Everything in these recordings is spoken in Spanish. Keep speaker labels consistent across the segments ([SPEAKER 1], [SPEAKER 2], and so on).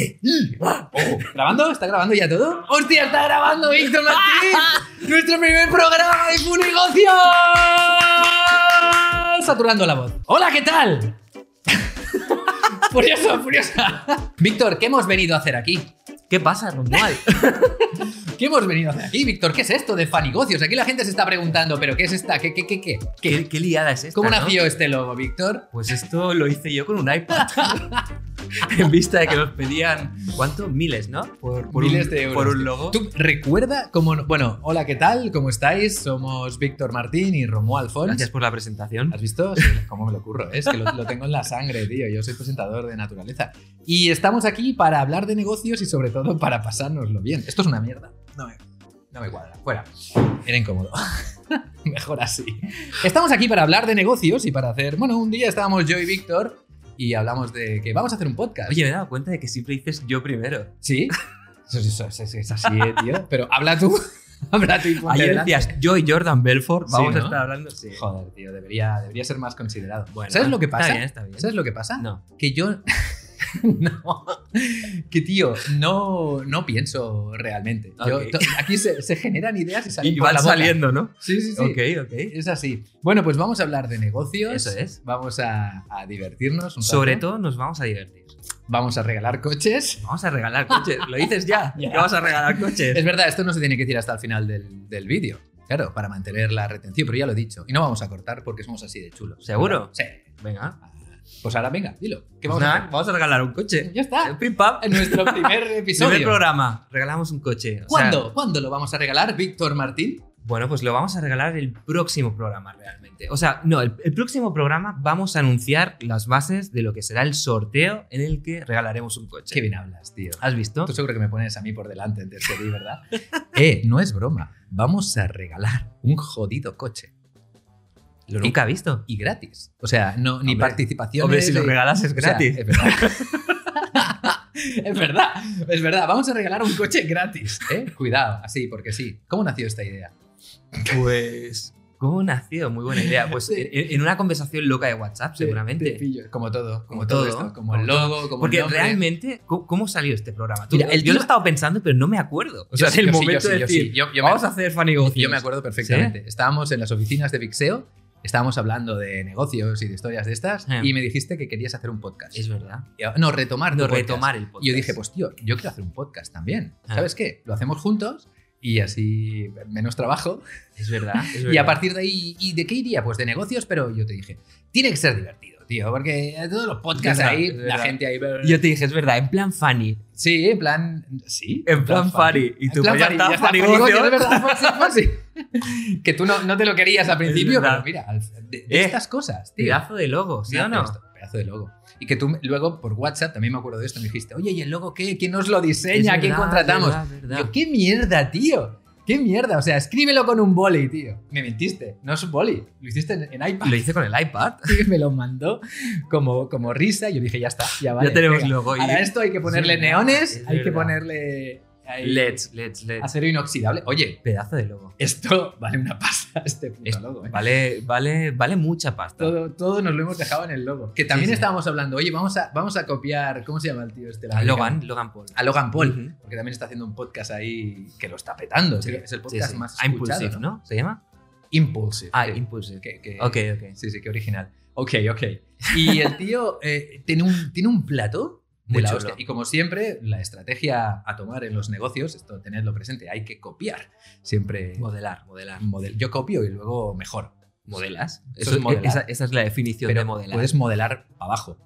[SPEAKER 1] e, ¿Grabando? ¿Está grabando ya todo? ¡Hostia, está grabando Víctor Martín! ¡Nuestro primer programa de Full Negocio! Saturando la voz. ¡Hola, qué tal! ¡Furioso, furiosa! Víctor, ¿qué hemos venido a hacer aquí?
[SPEAKER 2] ¿Qué pasa, Romual?
[SPEAKER 1] ¿Qué hemos venido a hacer aquí, Víctor? ¿Qué es esto de fanigocios? Aquí la gente se está preguntando, ¿pero qué es esta? ¿Qué, qué, qué, qué? ¿Qué?
[SPEAKER 2] ¿Qué, qué liada es esta?
[SPEAKER 1] ¿Cómo
[SPEAKER 2] no?
[SPEAKER 1] nació este logo, Víctor?
[SPEAKER 2] Pues esto lo hice yo con un iPad. en vista de que nos pedían, ¿cuánto? Miles, ¿no? Por, por
[SPEAKER 1] Miles
[SPEAKER 2] un,
[SPEAKER 1] de euros.
[SPEAKER 2] Por un logo.
[SPEAKER 1] ¿Tú recuerda cómo.? no- Bueno, hola, ¿qué tal? ¿Cómo estáis? Somos Víctor Martín y Romuald Fons.
[SPEAKER 2] Gracias por la presentación.
[SPEAKER 1] ¿Has visto? Sí, ¿Cómo me lo ocurro? Es que lo, lo tengo en la sangre, tío. Yo soy presentador de naturaleza. Y estamos aquí para hablar de negocios y sobre todo para pasárnoslo bien. ¿Esto es una mierda? No me, no me cuadra. Fuera. Era incómodo. Mejor así. Estamos aquí para hablar de negocios y para hacer... Bueno, un día estábamos yo y Víctor y hablamos de que vamos a hacer un podcast.
[SPEAKER 2] Oye, me he dado cuenta de que siempre dices yo primero.
[SPEAKER 1] ¿Sí? Eso, eso- eso- eso es así, eh, tío. Pero habla tú. habla tú y ponte
[SPEAKER 2] Ayer
[SPEAKER 1] delante.
[SPEAKER 2] decías yo y Jordan Belfort,
[SPEAKER 1] Sí,
[SPEAKER 2] vamos
[SPEAKER 1] ¿no?
[SPEAKER 2] a estar hablando. Sí.
[SPEAKER 1] Joder, tío. Debería, debería ser más considerado.
[SPEAKER 2] Bueno,
[SPEAKER 1] ¿Sabes lo que pasa?
[SPEAKER 2] Está bien, está bien.
[SPEAKER 1] ¿Sabes lo que pasa?
[SPEAKER 2] No.
[SPEAKER 1] que yo no que tío no no pienso realmente Yo-
[SPEAKER 2] Ok.
[SPEAKER 1] to- aquí se, se generan ideas y salen
[SPEAKER 2] Y
[SPEAKER 1] por
[SPEAKER 2] van
[SPEAKER 1] la boca.
[SPEAKER 2] saliendo, ¿no?
[SPEAKER 1] sí sí sí
[SPEAKER 2] Ok, ok.
[SPEAKER 1] es así bueno pues vamos a hablar de negocios
[SPEAKER 2] Eso es.
[SPEAKER 1] vamos a, a divertirnos un
[SPEAKER 2] Sobre
[SPEAKER 1] rato.
[SPEAKER 2] todo nos vamos a divertir.
[SPEAKER 1] vamos a regalar coches
[SPEAKER 2] Vamos a regalar coches. Lo dices ya.
[SPEAKER 1] Ya.
[SPEAKER 2] Que vas a regalar
[SPEAKER 1] es
[SPEAKER 2] coches.
[SPEAKER 1] verdad esto no se tiene que decir hasta el final del, del vídeo claro para mantener la retención pero ya lo he dicho y no vamos a cortar porque somos así de chulos
[SPEAKER 2] ¿Seguro?
[SPEAKER 1] sí
[SPEAKER 2] Venga.
[SPEAKER 1] pues ahora venga dilo ¿Qué
[SPEAKER 2] Pues
[SPEAKER 1] vamos
[SPEAKER 2] nada,
[SPEAKER 1] a hacer?
[SPEAKER 2] vamos a regalar un coche.
[SPEAKER 1] ya está
[SPEAKER 2] Pim pam.
[SPEAKER 1] en nuestro primer Ah. episodio
[SPEAKER 2] Primer programa, regalamos un coche. O
[SPEAKER 1] ¿Cuándo?
[SPEAKER 2] sea,
[SPEAKER 1] ¿Cuándo lo vamos a regalar, Víctor Martín?
[SPEAKER 2] bueno, pues lo vamos a regalar el próximo programa realmente. O sea, no, el, el próximo programa vamos a anunciar las bases de lo que será el sorteo en el que regalaremos un coche.
[SPEAKER 1] Qué bien Pues, hablas, tío.
[SPEAKER 2] ¿Has visto?
[SPEAKER 1] Tú seguro que me pones a mí por delante antes que a ti, ¿verdad? eh, no es broma. Vamos a regalar un jodido coche.
[SPEAKER 2] Lo nunca he visto.
[SPEAKER 1] Y gratis. O sea, no, ni
[SPEAKER 2] Hombre,
[SPEAKER 1] participación.
[SPEAKER 2] Hombre, si lo regalas es gratis.
[SPEAKER 1] es verdad. es verdad. Es verdad. Vamos a regalar un coche gratis. ¿eh? Cuidado, así, porque sí. ¿Cómo nació esta idea?
[SPEAKER 2] pues... ¿Cómo nació? Muy buena idea. Pues
[SPEAKER 1] Sí.
[SPEAKER 2] en, en una conversación loca de WhatsApp, seguramente.
[SPEAKER 1] Te pillo. Como todo. Como,
[SPEAKER 2] Como
[SPEAKER 1] todo,
[SPEAKER 2] todo,
[SPEAKER 1] esto. Como
[SPEAKER 2] como
[SPEAKER 1] el logo, como
[SPEAKER 2] Porque
[SPEAKER 1] el nombre.
[SPEAKER 2] realmente, ¿cómo, cómo salió este programa? Tú-
[SPEAKER 1] Mira, el
[SPEAKER 2] yo
[SPEAKER 1] tío-
[SPEAKER 2] lo he estado pensando, pero no me acuerdo.
[SPEAKER 1] Yo
[SPEAKER 2] O sea,
[SPEAKER 1] sí,
[SPEAKER 2] el
[SPEAKER 1] yo sí, yo
[SPEAKER 2] momento
[SPEAKER 1] sí,
[SPEAKER 2] de
[SPEAKER 1] yo
[SPEAKER 2] decir,
[SPEAKER 1] sí. Yo- yo me-
[SPEAKER 2] vamos a hacer Fanny Gocios.
[SPEAKER 1] Yo me acuerdo perfectamente. Estábamos en las oficinas de Vixeo, estábamos hablando de negocios y de historias de estas,
[SPEAKER 2] Sí.
[SPEAKER 1] y me dijiste que querías hacer un podcast.
[SPEAKER 2] Es verdad.
[SPEAKER 1] Y yo- No, retomar. tu
[SPEAKER 2] No,
[SPEAKER 1] podcast.
[SPEAKER 2] retomar el podcast.
[SPEAKER 1] Y yo dije, pues tío, yo quiero hacer un podcast también.
[SPEAKER 2] Ah.
[SPEAKER 1] ¿Sabes qué? Lo hacemos juntos y así menos trabajo.
[SPEAKER 2] Es verdad. es
[SPEAKER 1] "Pues, Y a
[SPEAKER 2] verdad.
[SPEAKER 1] partir de ahí, ¿y de qué iría? Pues de negocios, pero yo te dije, tiene que ser divertido, tío, porque todos los podcasts
[SPEAKER 2] Es verdad,
[SPEAKER 1] ahí,
[SPEAKER 2] es
[SPEAKER 1] la
[SPEAKER 2] verdad.
[SPEAKER 1] gente ahí...
[SPEAKER 2] Y Yo te dije, es verdad, en plan Fanny.
[SPEAKER 1] Sí, en plan... Sí.
[SPEAKER 2] En plan Fanny. Y
[SPEAKER 1] En
[SPEAKER 2] tú,
[SPEAKER 1] plan,
[SPEAKER 2] pues ya
[SPEAKER 1] Fari,
[SPEAKER 2] está,
[SPEAKER 1] ya está,
[SPEAKER 2] Fanny
[SPEAKER 1] Fari,
[SPEAKER 2] Gocios.
[SPEAKER 1] de verdad, fue así, fue así. Que tú no, no te lo querías al principio, pero
[SPEAKER 2] verdad.
[SPEAKER 1] mira, al- de, de
[SPEAKER 2] Eh,
[SPEAKER 1] estas cosas, tío.
[SPEAKER 2] Pedazo de logo, ¿sí
[SPEAKER 1] Mira,
[SPEAKER 2] o no?
[SPEAKER 1] esto, pedazo de logo. Y que tú me- luego por WhatsApp, también me acuerdo de esto, me dijiste, oye, ¿y el logo qué? ¿Quién nos lo diseña? ¿A
[SPEAKER 2] Es
[SPEAKER 1] quién
[SPEAKER 2] verdad,
[SPEAKER 1] contratamos?
[SPEAKER 2] verdad, verdad.
[SPEAKER 1] Yo, qué mierda, tío. Qué mierda. O sea, escríbelo con un boli, tío. Me mentiste. No es un boli. Lo hiciste en, en iPad.
[SPEAKER 2] Lo hice con el iPad.
[SPEAKER 1] Y me lo mandó como, como risa. Y yo dije, ya está, ya vale.
[SPEAKER 2] ya tenemos
[SPEAKER 1] venga.
[SPEAKER 2] logo. y-
[SPEAKER 1] Ahora esto hay que ponerle
[SPEAKER 2] verdad,
[SPEAKER 1] neones,
[SPEAKER 2] es
[SPEAKER 1] hay que
[SPEAKER 2] verdad.
[SPEAKER 1] ponerle... ahí-
[SPEAKER 2] LEDs, LEDs, LEDs.
[SPEAKER 1] Acero inoxidable. Oye,
[SPEAKER 2] Pedazo de logo.
[SPEAKER 1] esto vale una pasta, este puto
[SPEAKER 2] Es-
[SPEAKER 1] logo. ¿eh?
[SPEAKER 2] Vale, vale, vale mucha pasta.
[SPEAKER 1] Todo, todo nos lo hemos dejado en el logo. Que también
[SPEAKER 2] sí.
[SPEAKER 1] estábamos hablando, oye, vamos a, vamos a copiar, ¿cómo se llama el tío este? El
[SPEAKER 2] A
[SPEAKER 1] americano?
[SPEAKER 2] Ah, Logan, Logan Paul.
[SPEAKER 1] A Logan Ah, Paul,
[SPEAKER 2] Ujú.
[SPEAKER 1] porque también está haciendo un podcast ahí que lo está petando.
[SPEAKER 2] Sí,
[SPEAKER 1] tío. es el
[SPEAKER 2] sí,
[SPEAKER 1] podcast
[SPEAKER 2] sí.
[SPEAKER 1] más
[SPEAKER 2] A
[SPEAKER 1] escuchado.
[SPEAKER 2] Impulsive, ¿no? ¿Se llama?
[SPEAKER 1] Impulsive.
[SPEAKER 2] Ah,
[SPEAKER 1] sí.
[SPEAKER 2] Impulsive.
[SPEAKER 1] Que- que-
[SPEAKER 2] Ok, ok.
[SPEAKER 1] Sí, sí, qué original. Ok, ok. Y el tío eh, tiene, un, tiene un plato de
[SPEAKER 2] Muy
[SPEAKER 1] la
[SPEAKER 2] chulo.
[SPEAKER 1] hostia. Y como siempre, la estrategia a tomar en los negocios, esto tenedlo presente, hay que copiar. Siempre
[SPEAKER 2] Modelar, modelar.
[SPEAKER 1] model- yo copio y luego mejor.
[SPEAKER 2] ¿Modelas?
[SPEAKER 1] Eso
[SPEAKER 2] Eso-
[SPEAKER 1] es modelar.
[SPEAKER 2] Esa, esa es la definición de modelar.
[SPEAKER 1] puedes modelar para abajo.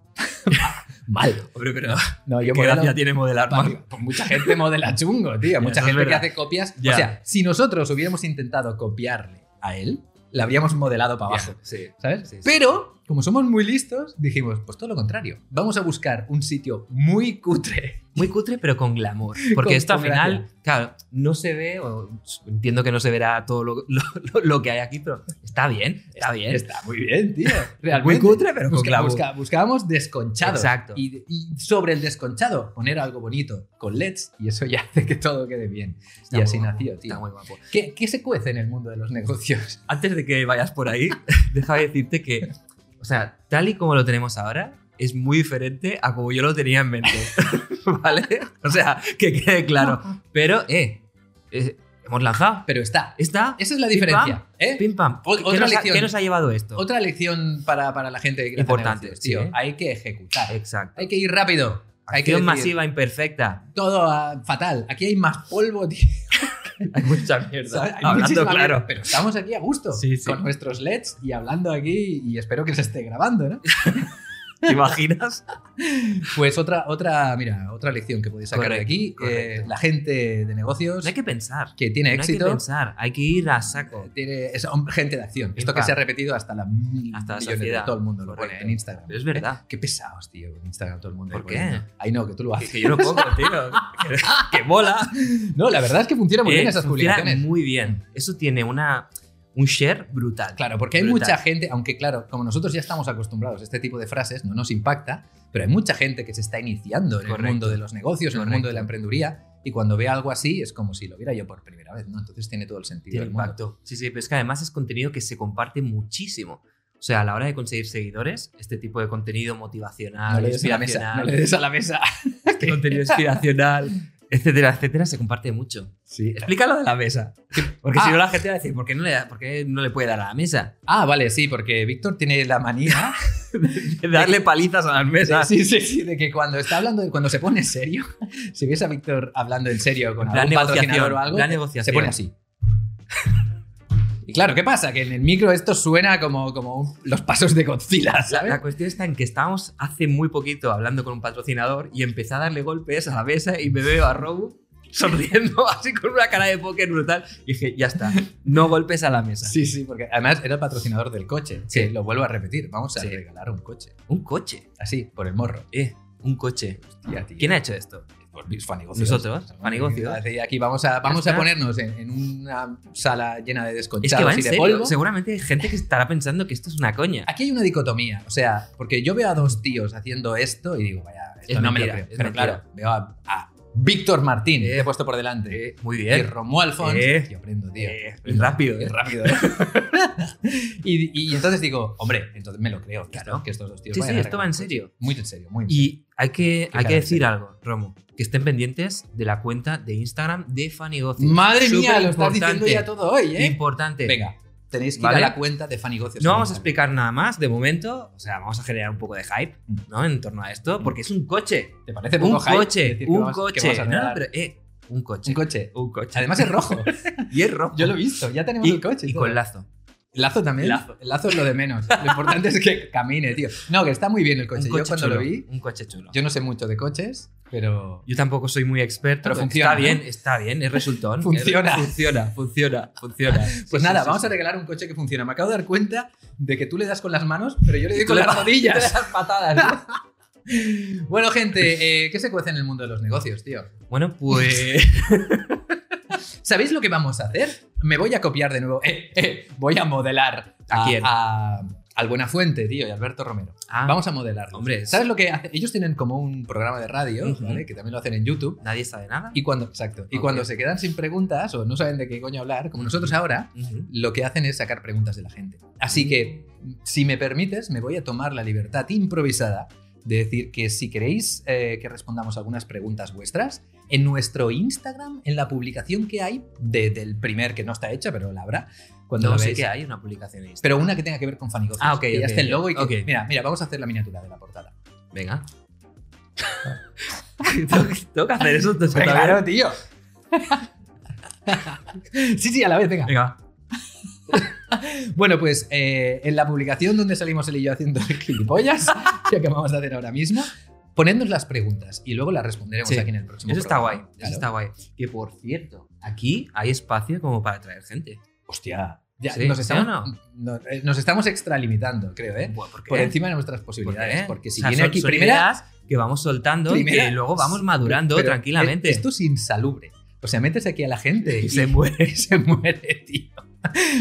[SPEAKER 1] Mal.
[SPEAKER 2] Hombre, pero
[SPEAKER 1] No, yo
[SPEAKER 2] ¿qué
[SPEAKER 1] modelo
[SPEAKER 2] gracia tiene modelar?
[SPEAKER 1] pa'
[SPEAKER 2] Mario?
[SPEAKER 1] arriba. Pues mucha gente modela chungo, tío. Mucha
[SPEAKER 2] eso es
[SPEAKER 1] gente que
[SPEAKER 2] verdad.
[SPEAKER 1] hace copias. O
[SPEAKER 2] Ya.
[SPEAKER 1] sea, si nosotros hubiéramos intentado copiarle a él, la habríamos modelado para abajo.
[SPEAKER 2] Sí.
[SPEAKER 1] ¿Sabes?
[SPEAKER 2] Sí, sí.
[SPEAKER 1] Pero, como somos muy listos, dijimos, pues todo lo contrario. Vamos a buscar un sitio muy cutre.
[SPEAKER 2] Muy cutre, pero con glamour. Porque
[SPEAKER 1] Con-
[SPEAKER 2] esto al
[SPEAKER 1] con
[SPEAKER 2] final, claro, no se ve, o entiendo que no se verá todo lo, lo- lo- lo que hay aquí, pero está bien, está bien.
[SPEAKER 1] Está muy bien, tío. Realmente.
[SPEAKER 2] Muy cutre, pero con
[SPEAKER 1] Busca-
[SPEAKER 2] glamour.
[SPEAKER 1] busca- buscábamos desconchados.
[SPEAKER 2] Exacto.
[SPEAKER 1] Y, y sobre el desconchado, poner algo bonito con LEDs y eso ya hace que todo quede bien.
[SPEAKER 2] Está
[SPEAKER 1] y
[SPEAKER 2] muy
[SPEAKER 1] así
[SPEAKER 2] guapo,
[SPEAKER 1] nació,
[SPEAKER 2] Está
[SPEAKER 1] tío.
[SPEAKER 2] muy guapo.
[SPEAKER 1] ¿Qué, qué se cuece en el mundo de los negocios?
[SPEAKER 2] Antes de que vayas por ahí, déjame decirte que, o sea, tal y como lo tenemos ahora, es muy diferente a como yo lo tenía en mente. ¿Vale? O sea, que quede claro. Pero, eh, eh, hemos lanzado.
[SPEAKER 1] Pero está.
[SPEAKER 2] Está.
[SPEAKER 1] Esa es la
[SPEAKER 2] Pim,
[SPEAKER 1] diferencia. ¿eh?
[SPEAKER 2] Pim pam.
[SPEAKER 1] O-
[SPEAKER 2] ¿Qué,
[SPEAKER 1] otra
[SPEAKER 2] nos ha,
[SPEAKER 1] lección.
[SPEAKER 2] qué nos ha llevado esto?
[SPEAKER 1] Otra lección para, para la gente que hace
[SPEAKER 2] Importante,
[SPEAKER 1] negocios, tío.
[SPEAKER 2] sí, ¿eh?
[SPEAKER 1] Hay que ejecutar.
[SPEAKER 2] Exacto.
[SPEAKER 1] Hay que ir rápido. Hay que
[SPEAKER 2] Acción
[SPEAKER 1] decir,
[SPEAKER 2] masiva imperfecta.
[SPEAKER 1] Todo ah, fatal. Aquí hay más polvo, tío.
[SPEAKER 2] Hay mucha mierda.
[SPEAKER 1] Hay
[SPEAKER 2] Hablando
[SPEAKER 1] muchísima
[SPEAKER 2] claro.
[SPEAKER 1] mierda, Pero estamos aquí a gusto.
[SPEAKER 2] Sí, sí.
[SPEAKER 1] Con nuestros LEDs y hablando aquí. Y espero que se esté grabando, ¿no?
[SPEAKER 2] ¿Te imaginas?
[SPEAKER 1] Pues otra, otra, mira, otra lección que podéis sacar de
[SPEAKER 2] Correcto,
[SPEAKER 1] aquí. eh,
[SPEAKER 2] correcto.
[SPEAKER 1] la gente de negocios
[SPEAKER 2] No Pues hay que pensar.
[SPEAKER 1] que tiene
[SPEAKER 2] No hay que
[SPEAKER 1] éxito.
[SPEAKER 2] pensar. Hay que ir a saco.
[SPEAKER 1] tiene, es hom- gente de acción. Esto
[SPEAKER 2] Epa.
[SPEAKER 1] que se ha repetido hasta la mil
[SPEAKER 2] Hasta la
[SPEAKER 1] millones de
[SPEAKER 2] saciedad.
[SPEAKER 1] todo el mundo lo
[SPEAKER 2] Correcto.
[SPEAKER 1] pone en Instagram.
[SPEAKER 2] Es verdad.
[SPEAKER 1] ¿eh? Qué pesados, tío, en Instagram todo el mundo.
[SPEAKER 2] ¿Por
[SPEAKER 1] lo
[SPEAKER 2] qué?
[SPEAKER 1] pone. Ay, no, que tú lo
[SPEAKER 2] Que,
[SPEAKER 1] haces.
[SPEAKER 2] que yo no pongo, tío. Que, que mola.
[SPEAKER 1] No, la verdad es que funciona muy
[SPEAKER 2] Eh,
[SPEAKER 1] bien esas
[SPEAKER 2] funciona
[SPEAKER 1] publicaciones.
[SPEAKER 2] Muy bien. Eso tiene una, un share brutal.
[SPEAKER 1] Claro, porque hay
[SPEAKER 2] Brutal.
[SPEAKER 1] mucha gente, aunque claro, como nosotros ya estamos acostumbrados a este tipo de frases, no nos impacta, pero hay mucha gente que se está iniciando en el
[SPEAKER 2] Correcto.
[SPEAKER 1] mundo de los negocios, en el
[SPEAKER 2] Correcto.
[SPEAKER 1] mundo de la emprenduría, y cuando ve algo así es como si lo viera yo por primera vez, ¿no? Entonces tiene todo el sentido
[SPEAKER 2] Tiene
[SPEAKER 1] del mundo.
[SPEAKER 2] impacto. Sí, sí, pero es que además es contenido que se comparte muchísimo. O sea, a la hora de conseguir seguidores, este tipo de contenido motivacional,
[SPEAKER 1] No le des a la mesa,
[SPEAKER 2] inspiracional,
[SPEAKER 1] Ah, no le des a la mesa.
[SPEAKER 2] este contenido inspiracional, etcétera, etcétera, se comparte mucho.
[SPEAKER 1] Sí.
[SPEAKER 2] Explícalo de la mesa. Porque
[SPEAKER 1] Ah.
[SPEAKER 2] si no, la gente va a decir, ¿por qué no le, da- por qué no le puede dar a la mesa?
[SPEAKER 1] Ah, vale, sí, porque Víctor tiene la manía
[SPEAKER 2] Darle palizas a las mesas.
[SPEAKER 1] Sí, sí, sí, de que cuando está hablando, cuando se pone serio, si ves a Víctor hablando en serio con
[SPEAKER 2] En plan
[SPEAKER 1] algún patrocinador
[SPEAKER 2] negociación,
[SPEAKER 1] o algo,
[SPEAKER 2] plan negociación.
[SPEAKER 1] se pone así. Y claro, ¿qué pasa? Que en el micro esto suena como, como un- los pasos de Godzilla,
[SPEAKER 2] La,
[SPEAKER 1] ¿sabes?
[SPEAKER 2] la cuestión está en que estábamos hace muy poquito hablando con un patrocinador y empecé a darle golpes a la mesa y me veo a Robu sonriendo así con una cara de póker brutal. Y dije, ya está, no golpes a la mesa.
[SPEAKER 1] Sí, sí, porque además era el patrocinador del coche.
[SPEAKER 2] Sí.
[SPEAKER 1] Sí, lo vuelvo a repetir, vamos a
[SPEAKER 2] Sí.
[SPEAKER 1] regalar un coche.
[SPEAKER 2] Un coche,
[SPEAKER 1] Así, por el morro.
[SPEAKER 2] eh, un coche.
[SPEAKER 1] Hostia, tío.
[SPEAKER 2] ¿Quién ha hecho esto?
[SPEAKER 1] Pues mis fanegocios.
[SPEAKER 2] Nosotros, fanegocios.
[SPEAKER 1] Y Aquí vamos a, vamos a
[SPEAKER 2] está.
[SPEAKER 1] ponernos en, en una sala llena de
[SPEAKER 2] Es que
[SPEAKER 1] desconchados
[SPEAKER 2] va en
[SPEAKER 1] y de
[SPEAKER 2] serio.
[SPEAKER 1] polvo.
[SPEAKER 2] Seguramente hay gente que estará pensando que esto es una coña.
[SPEAKER 1] Aquí hay una dicotomía, o sea, porque yo veo a dos tíos haciendo esto y digo, vaya, esto
[SPEAKER 2] Es
[SPEAKER 1] no
[SPEAKER 2] mentira,
[SPEAKER 1] me lo creo.
[SPEAKER 2] es
[SPEAKER 1] Pero
[SPEAKER 2] mentira.
[SPEAKER 1] claro, veo a, a Víctor Martín,
[SPEAKER 2] Eh,
[SPEAKER 1] he puesto por delante,
[SPEAKER 2] Eh, muy
[SPEAKER 1] y
[SPEAKER 2] bien.
[SPEAKER 1] Romualdo Fons.
[SPEAKER 2] eh,
[SPEAKER 1] yo aprendo, tío.
[SPEAKER 2] Eh, es rápido,
[SPEAKER 1] Es
[SPEAKER 2] eh.
[SPEAKER 1] rápido, ¿eh? y, y- y entonces digo, hombre, entonces me lo creo, que
[SPEAKER 2] Claro.
[SPEAKER 1] esto- que estos dos tíos.
[SPEAKER 2] Sí,
[SPEAKER 1] vayan
[SPEAKER 2] sí,
[SPEAKER 1] a
[SPEAKER 2] esto va en
[SPEAKER 1] reconocer.
[SPEAKER 2] serio.
[SPEAKER 1] Muy en serio, muy en serio.
[SPEAKER 2] Y hay que, hay que
[SPEAKER 1] carácter.
[SPEAKER 2] decir algo, Romo, que estén pendientes de la cuenta de Instagram de Fanigocios.
[SPEAKER 1] Madre mía, lo estás
[SPEAKER 2] Superimportante.
[SPEAKER 1] diciendo ya todo hoy, ¿eh?
[SPEAKER 2] Importante.
[SPEAKER 1] Venga, tenéis que
[SPEAKER 2] Vale.
[SPEAKER 1] ir a la cuenta de Fanigocios.
[SPEAKER 2] No vamos a explicar nada más de momento, o sea, vamos a generar un poco de hype, ¿no? En torno a esto, porque es un coche.
[SPEAKER 1] ¿Te parece poco
[SPEAKER 2] Un
[SPEAKER 1] hype
[SPEAKER 2] coche,
[SPEAKER 1] decir que
[SPEAKER 2] un
[SPEAKER 1] vamos- que
[SPEAKER 2] coche.
[SPEAKER 1] vamos a
[SPEAKER 2] No,
[SPEAKER 1] regalar
[SPEAKER 2] pero, eh, un coche.
[SPEAKER 1] Un coche.
[SPEAKER 2] Un coche.
[SPEAKER 1] Además es rojo.
[SPEAKER 2] y es rojo.
[SPEAKER 1] Yo lo he visto, ya tenemos
[SPEAKER 2] y,
[SPEAKER 1] el coche.
[SPEAKER 2] y
[SPEAKER 1] todo.
[SPEAKER 2] con lazo.
[SPEAKER 1] ¿Lazo también?
[SPEAKER 2] Lazo.
[SPEAKER 1] El lazo es lo de menos. Lo importante es que camine, tío. No, que está muy bien el coche.
[SPEAKER 2] Un coche
[SPEAKER 1] yo cuando
[SPEAKER 2] chulo,
[SPEAKER 1] lo vi,
[SPEAKER 2] Un coche chulo. Yo,
[SPEAKER 1] yo no sé mucho de coches, pero.
[SPEAKER 2] tampoco soy muy experto,
[SPEAKER 1] Pero
[SPEAKER 2] pero
[SPEAKER 1] funciona,
[SPEAKER 2] está bien,
[SPEAKER 1] ¿no?
[SPEAKER 2] está bien, es resultón.
[SPEAKER 1] Funciona.
[SPEAKER 2] Es- Funciona, funciona, funciona.
[SPEAKER 1] Pues nada, vamos a regalar un coche que funciona. Me acabo de dar cuenta de que tú le das con las manos, pero yo le doy
[SPEAKER 2] Tú
[SPEAKER 1] con
[SPEAKER 2] le
[SPEAKER 1] las
[SPEAKER 2] pa-
[SPEAKER 1] rodillas.
[SPEAKER 2] las patadas.
[SPEAKER 1] Bueno, gente, eh, ¿qué se cuece en el mundo de los negocios, tío?
[SPEAKER 2] Bueno, pues.
[SPEAKER 1] ¿Sabéis lo que vamos a hacer? Me voy a copiar de nuevo. Eh, eh, voy a modelar
[SPEAKER 2] ¿A quién?
[SPEAKER 1] a- al Buenafuente, tío, y Alberto Romero.
[SPEAKER 2] Ah,
[SPEAKER 1] Vamos a modelarlo.
[SPEAKER 2] Hombre, es-
[SPEAKER 1] ¿sabes lo que hace? Ellos tienen como un programa de radio,
[SPEAKER 2] Ujú.
[SPEAKER 1] ¿vale? Que también lo hacen en YouTube.
[SPEAKER 2] Nadie sabe nada.
[SPEAKER 1] Y cuando, exacto, y
[SPEAKER 2] Ok.
[SPEAKER 1] cuando se quedan sin preguntas o no saben de qué coño hablar, como nosotros ahora,
[SPEAKER 2] Ujú.
[SPEAKER 1] lo que hacen es sacar preguntas de la gente.
[SPEAKER 2] Mm.
[SPEAKER 1] Así que, si me permites, me voy a tomar la libertad improvisada de decir que si queréis eh, que respondamos algunas preguntas vuestras, en nuestro Instagram, en la publicación que hay de- del primer, que no está hecha, pero la habrá, cuando
[SPEAKER 2] No
[SPEAKER 1] la
[SPEAKER 2] sé
[SPEAKER 1] veáis.
[SPEAKER 2] que hay una publicación en Instagram.
[SPEAKER 1] Pero una que tenga que ver con Fanigocios.
[SPEAKER 2] Ah, ok,
[SPEAKER 1] Que ya
[SPEAKER 2] ok,
[SPEAKER 1] esté el logo y que...
[SPEAKER 2] ok.
[SPEAKER 1] Mira, mira, vamos a hacer la miniatura de la portada.
[SPEAKER 2] Venga. tengo, que- tengo que hacer eso. entonces, también.
[SPEAKER 1] Claro, tío. sí, sí, a la vez, venga.
[SPEAKER 2] Venga.
[SPEAKER 1] Bueno, pues eh, en la publicación donde salimos él y yo haciendo el gilipollas, que acabamos de hacer ahora mismo, ponednos las preguntas y luego las responderemos
[SPEAKER 2] Sí,
[SPEAKER 1] aquí en el próximo
[SPEAKER 2] Eso está guay.
[SPEAKER 1] programa.
[SPEAKER 2] Eso
[SPEAKER 1] Claro.
[SPEAKER 2] está guay. Que por cierto, aquí hay espacio como para traer gente.
[SPEAKER 1] Hostia. Ya,
[SPEAKER 2] Sí,
[SPEAKER 1] nos,
[SPEAKER 2] ¿sí
[SPEAKER 1] estamos,
[SPEAKER 2] o no?
[SPEAKER 1] no, eh, nos estamos extralimitando, creo, ¿eh?
[SPEAKER 2] Buah, ¿por qué?
[SPEAKER 1] Por encima de nuestras
[SPEAKER 2] ¿Por
[SPEAKER 1] posibilidades.
[SPEAKER 2] qué?
[SPEAKER 1] Porque si
[SPEAKER 2] O sea,
[SPEAKER 1] viene
[SPEAKER 2] son-
[SPEAKER 1] aquí
[SPEAKER 2] son
[SPEAKER 1] primera,
[SPEAKER 2] ideas que vamos soltando y
[SPEAKER 1] primera-
[SPEAKER 2] que luego vamos madurando
[SPEAKER 1] Pero- pero
[SPEAKER 2] tranquilamente.
[SPEAKER 1] Esto es insalubre. O sea, metes aquí a la gente y,
[SPEAKER 2] Y se muere.
[SPEAKER 1] y se muere, tío.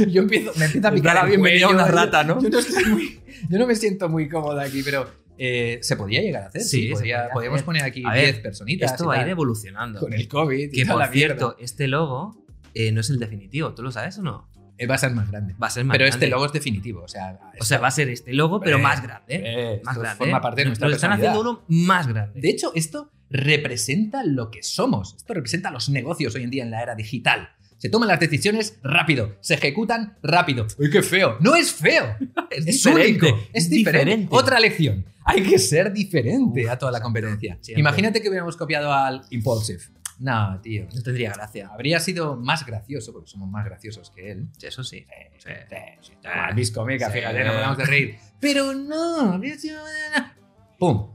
[SPEAKER 1] Yo empiezo, me empieza a
[SPEAKER 2] Da
[SPEAKER 1] picar
[SPEAKER 2] la
[SPEAKER 1] el
[SPEAKER 2] bienvenida a
[SPEAKER 1] cuello,
[SPEAKER 2] una
[SPEAKER 1] yo-
[SPEAKER 2] rata, ¿no?
[SPEAKER 1] Yo no, estoy muy- yo no me siento muy cómodo aquí, pero eh, se podría llegar a hacer.
[SPEAKER 2] Sí,
[SPEAKER 1] Sí,
[SPEAKER 2] se
[SPEAKER 1] podría-
[SPEAKER 2] podría
[SPEAKER 1] podríamos
[SPEAKER 2] hacer.
[SPEAKER 1] poner aquí
[SPEAKER 2] A
[SPEAKER 1] 10
[SPEAKER 2] ver,
[SPEAKER 1] personitas.
[SPEAKER 2] Esto
[SPEAKER 1] y
[SPEAKER 2] va a
[SPEAKER 1] tal,
[SPEAKER 2] ir evolucionando.
[SPEAKER 1] Con el COVID. y
[SPEAKER 2] Que
[SPEAKER 1] toda
[SPEAKER 2] por
[SPEAKER 1] la mierda.
[SPEAKER 2] cierto, este logo eh, no es el definitivo. ¿Tú lo sabes o no?
[SPEAKER 1] Eh, va a ser más grande.
[SPEAKER 2] Va a ser más
[SPEAKER 1] Pero
[SPEAKER 2] grande.
[SPEAKER 1] este logo es definitivo. O sea,
[SPEAKER 2] O sea, va a ser este logo, pero
[SPEAKER 1] Eh,
[SPEAKER 2] más grande.
[SPEAKER 1] eh,
[SPEAKER 2] más
[SPEAKER 1] esto
[SPEAKER 2] grande.
[SPEAKER 1] forma parte de
[SPEAKER 2] Nos-
[SPEAKER 1] nuestra
[SPEAKER 2] nos están haciendo
[SPEAKER 1] personalidad.
[SPEAKER 2] uno más grande.
[SPEAKER 1] De hecho, esto representa lo que somos. Esto representa los negocios hoy en día en la era digital. Se toman las decisiones rápido, se ejecutan rápido. ¡Uy, qué feo! No es feo, es,
[SPEAKER 2] diferente,
[SPEAKER 1] único, es diferente.
[SPEAKER 2] diferente.
[SPEAKER 1] Otra lección. Hay que ser diferente
[SPEAKER 2] Uf,
[SPEAKER 1] a toda la
[SPEAKER 2] exacto,
[SPEAKER 1] competencia.
[SPEAKER 2] siempre.
[SPEAKER 1] Imagínate que hubiéramos copiado al Impulsive. No, tío.
[SPEAKER 2] No tendría gracia.
[SPEAKER 1] Habría sido más gracioso, porque somos más graciosos que él.
[SPEAKER 2] Eso sí.
[SPEAKER 1] Eh,
[SPEAKER 2] Sí.
[SPEAKER 1] Sí, ah, disco meca,
[SPEAKER 2] Sí.
[SPEAKER 1] fíjate, no paramos de reír. Pero no, habría sido- ¡Pum!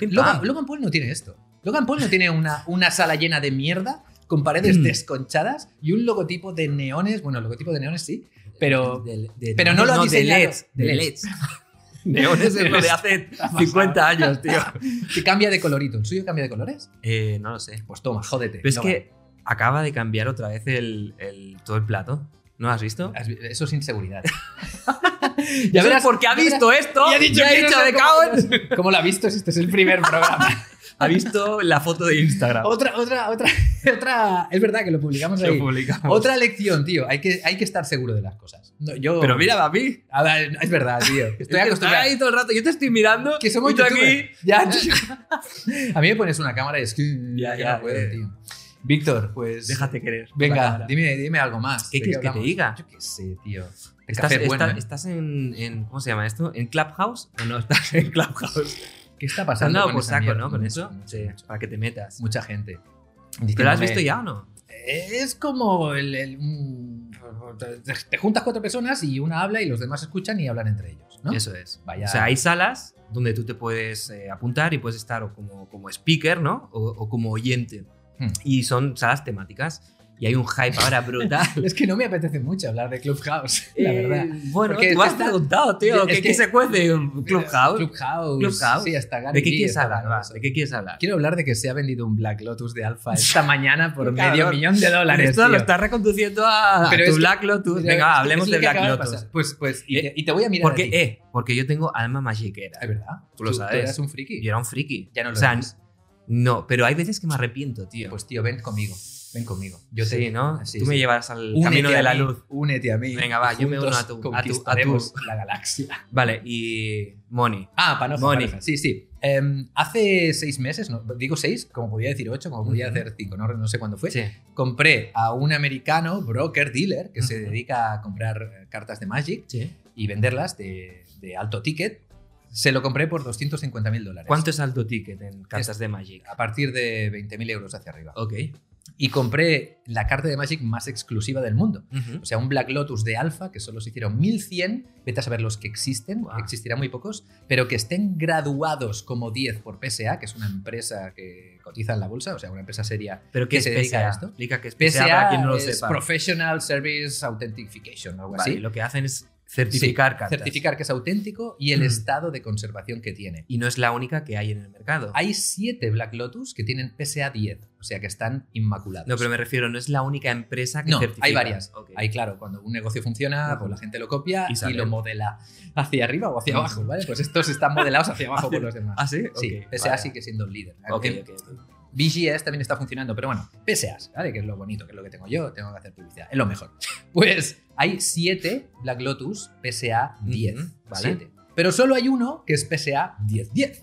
[SPEAKER 2] Pim,
[SPEAKER 1] Logan,
[SPEAKER 2] pam.
[SPEAKER 1] Logan Paul no tiene esto. Logan Paul no tiene una, una sala llena de mierda con paredes
[SPEAKER 2] Mm.
[SPEAKER 1] desconchadas y un logotipo de neones. Bueno, logotipo de neones sí, pero
[SPEAKER 2] Del- de-
[SPEAKER 1] pero no lo ha
[SPEAKER 2] de
[SPEAKER 1] diseñado.
[SPEAKER 2] LEDs. De
[SPEAKER 1] De
[SPEAKER 2] LEDs. Neones es lo de hace 50 años, tío.
[SPEAKER 1] que cambia de colorito. ¿El suyo cambia de colores?
[SPEAKER 2] Eh, no lo sé.
[SPEAKER 1] Pues toma, jódete.
[SPEAKER 2] Pero es
[SPEAKER 1] Logan.
[SPEAKER 2] que acaba de cambiar otra vez el, el- todo el plato. ¿No lo has visto?
[SPEAKER 1] Has vi- Eso es inseguridad.
[SPEAKER 2] Ya verás porque ha
[SPEAKER 1] ya verás.
[SPEAKER 2] visto esto.
[SPEAKER 1] Y ha dicho,
[SPEAKER 2] ha
[SPEAKER 1] que no
[SPEAKER 2] dicho
[SPEAKER 1] sé
[SPEAKER 2] de
[SPEAKER 1] cómo
[SPEAKER 2] cago en-".
[SPEAKER 1] verás. ¿Cómo lo ha visto? Si Este es el primer programa.
[SPEAKER 2] Ha visto la foto de Instagram.
[SPEAKER 1] otra, otra, otra, otra. Es verdad que lo publicamos
[SPEAKER 2] Lo
[SPEAKER 1] ahí.
[SPEAKER 2] publicamos.
[SPEAKER 1] Otra lección, tío. Hay que, hay que estar seguro de las cosas. No, yo,
[SPEAKER 2] Pero mira, papi.
[SPEAKER 1] A ver, es verdad, tío. Estoy acostumbrado.
[SPEAKER 2] ahí todo el rato. Yo te estoy mirando.
[SPEAKER 1] Que somos
[SPEAKER 2] y tú
[SPEAKER 1] youtubers.
[SPEAKER 2] aquí.
[SPEAKER 1] Ya, tío. A mí me pones una cámara y es que.
[SPEAKER 2] Ya,
[SPEAKER 1] yo
[SPEAKER 2] ya,
[SPEAKER 1] no puedo,
[SPEAKER 2] eh.
[SPEAKER 1] tío. Víctor, pues.
[SPEAKER 2] Déjate querer.
[SPEAKER 1] Venga, dime, dime algo más.
[SPEAKER 2] ¿Qué
[SPEAKER 1] ¿De
[SPEAKER 2] quieres que te
[SPEAKER 1] hablamos?
[SPEAKER 2] diga?
[SPEAKER 1] Yo qué sé, tío. El
[SPEAKER 2] ¿Estás,
[SPEAKER 1] café es
[SPEAKER 2] estás-
[SPEAKER 1] bueno. ¿eh?
[SPEAKER 2] estás en, en- ¿Cómo se llama esto? ¿En Clubhouse? ¿O no estás en Clubhouse?
[SPEAKER 1] ¿Qué está
[SPEAKER 2] Te han
[SPEAKER 1] pasando?
[SPEAKER 2] dado
[SPEAKER 1] con
[SPEAKER 2] por
[SPEAKER 1] esa
[SPEAKER 2] saco,
[SPEAKER 1] mierda?
[SPEAKER 2] ¿no? Con
[SPEAKER 1] Mucho,
[SPEAKER 2] eso.
[SPEAKER 1] mucho,
[SPEAKER 2] Sí,
[SPEAKER 1] mucho.
[SPEAKER 2] para que te metas.
[SPEAKER 1] Mucha gente.
[SPEAKER 2] ¿Pero lo has
[SPEAKER 1] diciéndome,
[SPEAKER 2] visto ya o no?
[SPEAKER 1] Es como el. el- un- te, te juntas cuatro personas y una habla y los demás escuchan y hablan entre ellos, ¿no?
[SPEAKER 2] Eso es.
[SPEAKER 1] Vaya.
[SPEAKER 2] O sea, hay salas donde tú te puedes eh, apuntar y puedes estar o como, como speaker, ¿no? O, o como oyente.
[SPEAKER 1] Hmm.
[SPEAKER 2] Y son salas temáticas. Y hay un hype ahora brutal.
[SPEAKER 1] Es que no me apetece mucho hablar de Clubhouse, la
[SPEAKER 2] Eh,
[SPEAKER 1] verdad.
[SPEAKER 2] bueno,
[SPEAKER 1] Porque es
[SPEAKER 2] tú
[SPEAKER 1] que
[SPEAKER 2] has
[SPEAKER 1] está-
[SPEAKER 2] preguntado, tío,
[SPEAKER 1] es
[SPEAKER 2] ¿qué,
[SPEAKER 1] que-
[SPEAKER 2] qué se cuece en Clubhouse?
[SPEAKER 1] Clubhouse.
[SPEAKER 2] Clubhouse.
[SPEAKER 1] Sí, hasta Gary
[SPEAKER 2] ¿De qué
[SPEAKER 1] Vee
[SPEAKER 2] quieres
[SPEAKER 1] está
[SPEAKER 2] hablar?
[SPEAKER 1] hablando
[SPEAKER 2] va?
[SPEAKER 1] de eso.
[SPEAKER 2] ¿De qué quieres hablar?
[SPEAKER 1] Quiero hablar de que se ha vendido un Black Lotus de Alfa esta mañana por
[SPEAKER 2] Qué
[SPEAKER 1] medio
[SPEAKER 2] cabrón.
[SPEAKER 1] millón de dólares.
[SPEAKER 2] Esto lo
[SPEAKER 1] tío.
[SPEAKER 2] estás reconduciendo a, a
[SPEAKER 1] Pero es
[SPEAKER 2] tu
[SPEAKER 1] que-
[SPEAKER 2] Black Lotus.
[SPEAKER 1] Pero
[SPEAKER 2] Venga,
[SPEAKER 1] es-
[SPEAKER 2] hablemos
[SPEAKER 1] es
[SPEAKER 2] de
[SPEAKER 1] lo que
[SPEAKER 2] Black
[SPEAKER 1] acaba de
[SPEAKER 2] Lotus.
[SPEAKER 1] pasar. Pues, pues, y,
[SPEAKER 2] Eh,
[SPEAKER 1] te- y te voy a mirar. a
[SPEAKER 2] Porque,
[SPEAKER 1] ti.
[SPEAKER 2] eh, porque yo tengo alma magiquera.
[SPEAKER 1] Es verdad.
[SPEAKER 2] Tú lo sabes.
[SPEAKER 1] eras un friki.
[SPEAKER 2] Yo era un friki.
[SPEAKER 1] Ya no lo
[SPEAKER 2] o sea,
[SPEAKER 1] eres.
[SPEAKER 2] no, pero hay veces que me arrepiento, tío.
[SPEAKER 1] Pues tío, ven conmigo. Ven conmigo. Yo
[SPEAKER 2] sí,
[SPEAKER 1] te,
[SPEAKER 2] ¿no?
[SPEAKER 1] Sí,
[SPEAKER 2] Tú
[SPEAKER 1] sí.
[SPEAKER 2] me llevarás al
[SPEAKER 1] Únete
[SPEAKER 2] camino de
[SPEAKER 1] a
[SPEAKER 2] la
[SPEAKER 1] mí,
[SPEAKER 2] luz.
[SPEAKER 1] Únete a mí.
[SPEAKER 2] Venga, va, yo me uno a tu- a tu- a tu-
[SPEAKER 1] conquistaremos la galaxia.
[SPEAKER 2] Vale, y Moni.
[SPEAKER 1] Ah, Panoja.
[SPEAKER 2] Moni.
[SPEAKER 1] Panoja, Sí, sí. Em, hace seis meses, no, digo seis, como podía decir ocho, como podía
[SPEAKER 2] Ujú.
[SPEAKER 1] hacer cinco, no, no sé cuándo fue.
[SPEAKER 2] Sí.
[SPEAKER 1] compré a un americano broker dealer que se
[SPEAKER 2] Ujú.
[SPEAKER 1] dedica a comprar eh, cartas de Magic
[SPEAKER 2] sí.
[SPEAKER 1] y venderlas de, de alto ticket. Se lo compré por 250 mil dólares.
[SPEAKER 2] ¿Cuánto es alto ticket en cartas de Magic?
[SPEAKER 1] A partir de 20.000 euros hacia arriba.
[SPEAKER 2] Ok.
[SPEAKER 1] Y compré la carta de Magic más exclusiva del mundo.
[SPEAKER 2] Ujú.
[SPEAKER 1] O sea, un Black Lotus de alfa que solo se hicieron 1.100. Vete a saber los que existen,
[SPEAKER 2] Guau.
[SPEAKER 1] existirán muy pocos, pero que estén graduados como 10 por PSA, que es una empresa que cotiza en la bolsa, o sea, una empresa seria
[SPEAKER 2] ¿Pero
[SPEAKER 1] ¿qué
[SPEAKER 2] qué es
[SPEAKER 1] se dedica
[SPEAKER 2] PSA?
[SPEAKER 1] a esto?
[SPEAKER 2] Explica qué es PSA, para
[SPEAKER 1] PSA
[SPEAKER 2] quien no lo
[SPEAKER 1] es
[SPEAKER 2] sepa.
[SPEAKER 1] Professional Service Authentication, algo
[SPEAKER 2] Vale,
[SPEAKER 1] así.
[SPEAKER 2] Lo que hacen es certificar cartas.
[SPEAKER 1] Certificar que es auténtico y el
[SPEAKER 2] Mm.
[SPEAKER 1] estado de conservación que tiene.
[SPEAKER 2] Y no es la única que hay en el mercado.
[SPEAKER 1] Hay siete Black Lotus que tienen PSA 10, o sea que están inmaculados.
[SPEAKER 2] No, pero me refiero, no es la única empresa que
[SPEAKER 1] No,
[SPEAKER 2] certifica.
[SPEAKER 1] hay varias.
[SPEAKER 2] Ok.
[SPEAKER 1] Ahí, claro, cuando un negocio funciona,
[SPEAKER 2] Ujú.
[SPEAKER 1] pues la gente lo copia
[SPEAKER 2] Y
[SPEAKER 1] y,
[SPEAKER 2] sale.
[SPEAKER 1] lo modela hacia arriba o hacia
[SPEAKER 2] Ujú.
[SPEAKER 1] abajo, ¿vale? Pues estos están modelados hacia abajo por los demás.
[SPEAKER 2] ¿Ah, sí?
[SPEAKER 1] Sí,
[SPEAKER 2] Ok,
[SPEAKER 1] PSA
[SPEAKER 2] vale.
[SPEAKER 1] sigue siendo el líder.
[SPEAKER 2] Ok,
[SPEAKER 1] Eh,
[SPEAKER 2] ok, ok.
[SPEAKER 1] VGS también está funcionando, pero bueno, PSAs, ¿vale? Que es lo bonito, que es lo que tengo yo, tengo que hacer publicidad, es lo mejor. Pues hay 7 Black Lotus PSA 10,
[SPEAKER 2] Ujú, vale.
[SPEAKER 1] ¿vale? Pero solo hay uno que es PSA 10-10.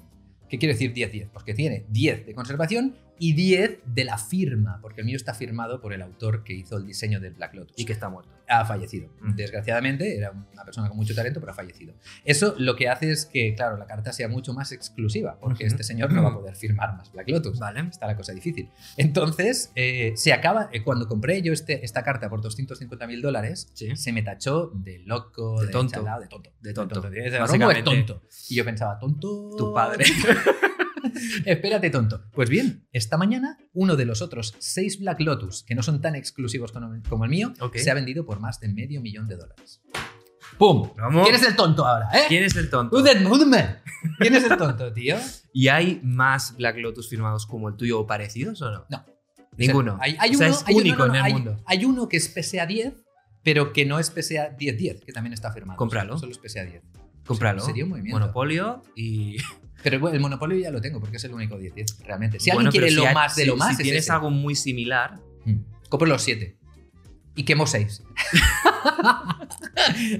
[SPEAKER 1] ¿Qué quiere decir 10-10? Pues que tiene 10 de conservación y 10 de la firma, porque el mío está firmado por el autor que hizo el diseño del Black Lotus
[SPEAKER 2] Y que está muerto.
[SPEAKER 1] ha fallecido.
[SPEAKER 2] Mm.
[SPEAKER 1] Desgraciadamente, era una persona con mucho talento, pero ha fallecido. Eso lo que hace es que, claro, la carta sea mucho más exclusiva, porque
[SPEAKER 2] Ujú.
[SPEAKER 1] este señor no va a poder firmar más Black Lotus.
[SPEAKER 2] Vale.
[SPEAKER 1] Está la cosa difícil. Entonces, eh, se acaba. eh, cuando compré yo este, esta carta por 250 mil dólares,
[SPEAKER 2] Sí.
[SPEAKER 1] se me tachó de loco,
[SPEAKER 2] De
[SPEAKER 1] de,
[SPEAKER 2] tonto.
[SPEAKER 1] chalao, de tonto.
[SPEAKER 2] De tonto.
[SPEAKER 1] Ese Romo
[SPEAKER 2] Básicamente.
[SPEAKER 1] es tonto. Y yo pensaba, tonto.
[SPEAKER 2] Tu padre.
[SPEAKER 1] Espérate, tonto. Pues bien, esta mañana uno de los otros seis Black Lotus, que no son tan exclusivos como como el mío,
[SPEAKER 2] Ok.
[SPEAKER 1] se ha vendido por más de medio millón de dólares. ¡Pum!
[SPEAKER 2] Vamos.
[SPEAKER 1] ¿Quién es el tonto ahora, eh?
[SPEAKER 2] ¿Quién es el tonto?
[SPEAKER 1] Who's that woman? ¿Quién es el tonto, tío?
[SPEAKER 2] ¿Y hay más Black Lotus firmados como el tuyo o parecidos o no?
[SPEAKER 1] No.
[SPEAKER 2] Ninguno.
[SPEAKER 1] O sea, hay, hay
[SPEAKER 2] O sea,
[SPEAKER 1] uno,
[SPEAKER 2] es
[SPEAKER 1] hay uno-
[SPEAKER 2] único
[SPEAKER 1] no, no,
[SPEAKER 2] en el
[SPEAKER 1] hay-
[SPEAKER 2] mundo.
[SPEAKER 1] Hay uno que es PSA 10, pero que no es PSA 10-10, que también está firmado.
[SPEAKER 2] Cómpralo.
[SPEAKER 1] Solo es PSA 10.
[SPEAKER 2] Cómpralo.
[SPEAKER 1] Sería un movimiento.
[SPEAKER 2] Monopolio y.
[SPEAKER 1] Pero bueno, el monopolio ya lo tengo, porque es el único 10-10, realmente. Si
[SPEAKER 2] Bueno,
[SPEAKER 1] alguien
[SPEAKER 2] pero
[SPEAKER 1] quiere lo
[SPEAKER 2] hay-
[SPEAKER 1] más Mm. de
[SPEAKER 2] si-
[SPEAKER 1] lo más,
[SPEAKER 2] Si
[SPEAKER 1] es
[SPEAKER 2] tienes
[SPEAKER 1] ese.
[SPEAKER 2] algo muy similar,
[SPEAKER 1] Mm. Compro los 7. y quemo seis.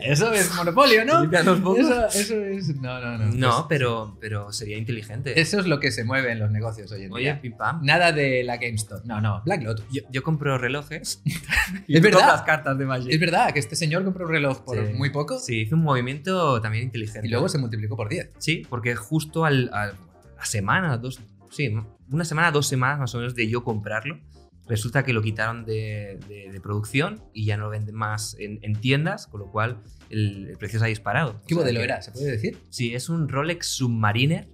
[SPEAKER 1] eso es monopolio, ¿no?
[SPEAKER 2] Limpias los focos.
[SPEAKER 1] Eso, eso es. No, no, no.
[SPEAKER 2] No,
[SPEAKER 1] Pues,
[SPEAKER 2] pero, pero sería inteligente.
[SPEAKER 1] Eso es lo que se mueve en los negocios hoy en
[SPEAKER 2] Oye,
[SPEAKER 1] día.
[SPEAKER 2] pim pam.
[SPEAKER 1] Nada de la GameStop. No, no, Black Lotus.
[SPEAKER 2] Yo, yo compro relojes.
[SPEAKER 1] Es
[SPEAKER 2] tú
[SPEAKER 1] verdad.
[SPEAKER 2] compras cartas de Magic.
[SPEAKER 1] Es verdad que este señor compró un reloj por
[SPEAKER 2] Sí.
[SPEAKER 1] muy poco
[SPEAKER 2] Sí, hizo un movimiento también inteligente.
[SPEAKER 1] y luego se multiplicó por 10.
[SPEAKER 2] Sí, porque justo al, al- a la semana, dos, sí, una semana, dos semanas más o menos de yo comprarlo, resulta que lo quitaron de, de- de producción y ya no lo venden más en, en tiendas, con lo cual el, el precio se ha disparado.
[SPEAKER 1] ¿Qué
[SPEAKER 2] O sea
[SPEAKER 1] modelo
[SPEAKER 2] que-
[SPEAKER 1] era? ¿Se puede decir?
[SPEAKER 2] Sí, es un Rolex Submariner.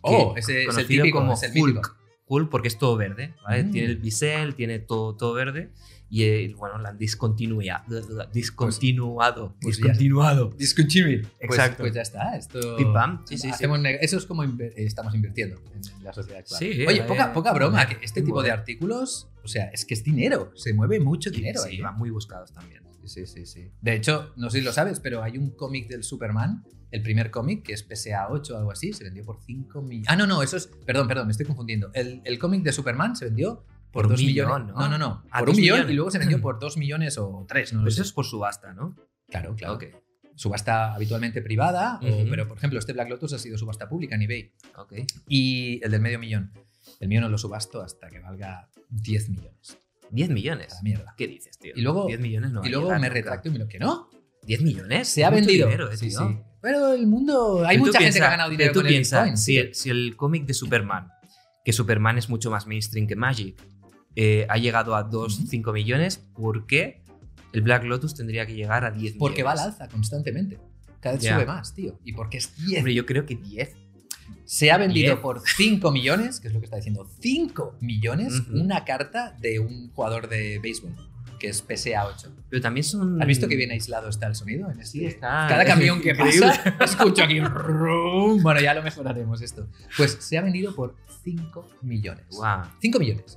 [SPEAKER 1] Oh,
[SPEAKER 2] que-
[SPEAKER 1] ese es el
[SPEAKER 2] conocido
[SPEAKER 1] típico,
[SPEAKER 2] como
[SPEAKER 1] es el
[SPEAKER 2] Hulk.
[SPEAKER 1] mítico. Pues
[SPEAKER 2] Hulk porque es todo verde, ¿vale?
[SPEAKER 1] Mm.
[SPEAKER 2] Tiene el bisel, tiene todo, todo verde y eh, bueno, la han discontinuado. Discontinuado.
[SPEAKER 1] pues ya.
[SPEAKER 2] discontinuado.
[SPEAKER 1] Discontinuid. Pues-
[SPEAKER 2] Exacto.
[SPEAKER 1] Pues, ya está, esto.
[SPEAKER 2] Pim pam. Sí, sí, sí.
[SPEAKER 1] hacemos neg- Eso es como inver- eh, estamos invirtiendo en la sociedad actual.
[SPEAKER 2] Sí,
[SPEAKER 1] Oye,
[SPEAKER 2] eh,
[SPEAKER 1] poca, poca broma, que este
[SPEAKER 2] muy
[SPEAKER 1] tipo de
[SPEAKER 2] bueno.
[SPEAKER 1] artículos, o sea, es que es dinero, se mueve mucho
[SPEAKER 2] Y
[SPEAKER 1] dinero ¿eh?
[SPEAKER 2] sí,
[SPEAKER 1] ahí.
[SPEAKER 2] van muy buscados también.
[SPEAKER 1] Sí, sí, sí. De hecho, no sé si lo sabes, pero hay un cómic del Superman, el primer cómic, que es PSA 8 o algo así, se vendió por 5 millones. Ah, no, no, eso es. Perdón, perdón, me estoy confundiendo. El, el cómic de Superman se vendió por
[SPEAKER 2] Por un
[SPEAKER 1] 2
[SPEAKER 2] millón,
[SPEAKER 1] millones.
[SPEAKER 2] ¿no?
[SPEAKER 1] no, no.
[SPEAKER 2] Ah,
[SPEAKER 1] por un
[SPEAKER 2] dos
[SPEAKER 1] millón
[SPEAKER 2] millones.
[SPEAKER 1] y luego se vendió por 2 millones o 3, no lo
[SPEAKER 2] Pero
[SPEAKER 1] sé.
[SPEAKER 2] eso es por subasta, ¿no?
[SPEAKER 1] Claro, claro.
[SPEAKER 2] Ok,
[SPEAKER 1] Subasta habitualmente privada, o-
[SPEAKER 2] Ujú.
[SPEAKER 1] pero por ejemplo, este Black Lotus ha sido subasta pública en eBay.
[SPEAKER 2] ok.
[SPEAKER 1] Y el del medio millón. El mío no lo subasto hasta que valga 10 millones.
[SPEAKER 2] 10
[SPEAKER 1] A
[SPEAKER 2] millones.
[SPEAKER 1] la mierda.
[SPEAKER 2] ¿Qué dices, tío?
[SPEAKER 1] Ah, Y luego-
[SPEAKER 2] 10 millones no va
[SPEAKER 1] y
[SPEAKER 2] a
[SPEAKER 1] luego
[SPEAKER 2] llegar
[SPEAKER 1] me
[SPEAKER 2] nunca.
[SPEAKER 1] retracto y me lo que no.
[SPEAKER 2] 10 millones.
[SPEAKER 1] se ha
[SPEAKER 2] Mucho
[SPEAKER 1] vendido.
[SPEAKER 2] dinero, eh,
[SPEAKER 1] Sí,
[SPEAKER 2] tío.
[SPEAKER 1] sí. Pero el mundo. Hay
[SPEAKER 2] Pero tú
[SPEAKER 1] mucha gente que
[SPEAKER 2] piensa-
[SPEAKER 1] ha ganado
[SPEAKER 2] pero
[SPEAKER 1] dinero
[SPEAKER 2] tú
[SPEAKER 1] con el
[SPEAKER 2] piensa,
[SPEAKER 1] Bitcoin.
[SPEAKER 2] Si el, si el cómic de Superman, que Superman es mucho más mainstream que Magic, eh, ha llegado a 2,
[SPEAKER 1] Ujú.
[SPEAKER 2] 5 millones, ¿por qué el Black Lotus tendría que llegar a 10
[SPEAKER 1] Porque va
[SPEAKER 2] millones?
[SPEAKER 1] al alza constantemente. Cada vez
[SPEAKER 2] Ya.
[SPEAKER 1] sube más, tío. Y porque es 10.
[SPEAKER 2] Hombre, yo creo que 10.
[SPEAKER 1] Se ha vendido
[SPEAKER 2] diez.
[SPEAKER 1] por 5 millones, que es lo que está diciendo, 5 millones
[SPEAKER 2] Ujú.
[SPEAKER 1] una carta de un jugador de béisbol, que es PSA 8.
[SPEAKER 2] Pero también son.
[SPEAKER 1] ¿Has visto que bien aislado está el sonido? En este?
[SPEAKER 2] Sí, está.
[SPEAKER 1] Cada camión que
[SPEAKER 2] Ah, Increíble.
[SPEAKER 1] pasa, escucho aquí. rum. Bueno, ya lo mejoraremos esto. Pues se ha vendido por 5 millones.
[SPEAKER 2] Guau.
[SPEAKER 1] 5 millones.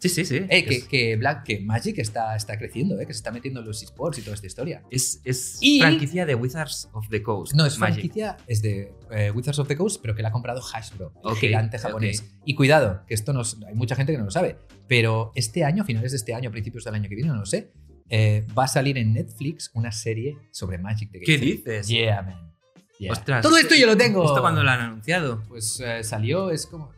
[SPEAKER 2] Sí, sí, sí.
[SPEAKER 1] Eh, que,
[SPEAKER 2] Es-
[SPEAKER 1] que Black, que Magic está, está creciendo, eh, que se está metiendo en los esports y toda esta historia.
[SPEAKER 2] Es, es
[SPEAKER 1] Y-
[SPEAKER 2] franquicia de Wizards of the Coast.
[SPEAKER 1] No, es
[SPEAKER 2] Magic.
[SPEAKER 1] franquicia, es de eh, Wizards of the Coast, pero que la ha comprado Hasbro, el
[SPEAKER 2] Ok,
[SPEAKER 1] gigante
[SPEAKER 2] ok.
[SPEAKER 1] japonés. Y cuidado, que esto nos, hay mucha gente que no lo sabe, pero este año, a finales de este año, a principios del año que viene, no lo sé, eh, va a salir en Netflix una serie sobre Magic the
[SPEAKER 2] ¿Qué
[SPEAKER 1] Gathering.
[SPEAKER 2] dices?
[SPEAKER 1] Yeah, man. Yeah.
[SPEAKER 2] Ostras,
[SPEAKER 1] Todo esto yo lo tengo.
[SPEAKER 2] ¿Esto cuando lo han anunciado?
[SPEAKER 1] Pues eh, salió, es como.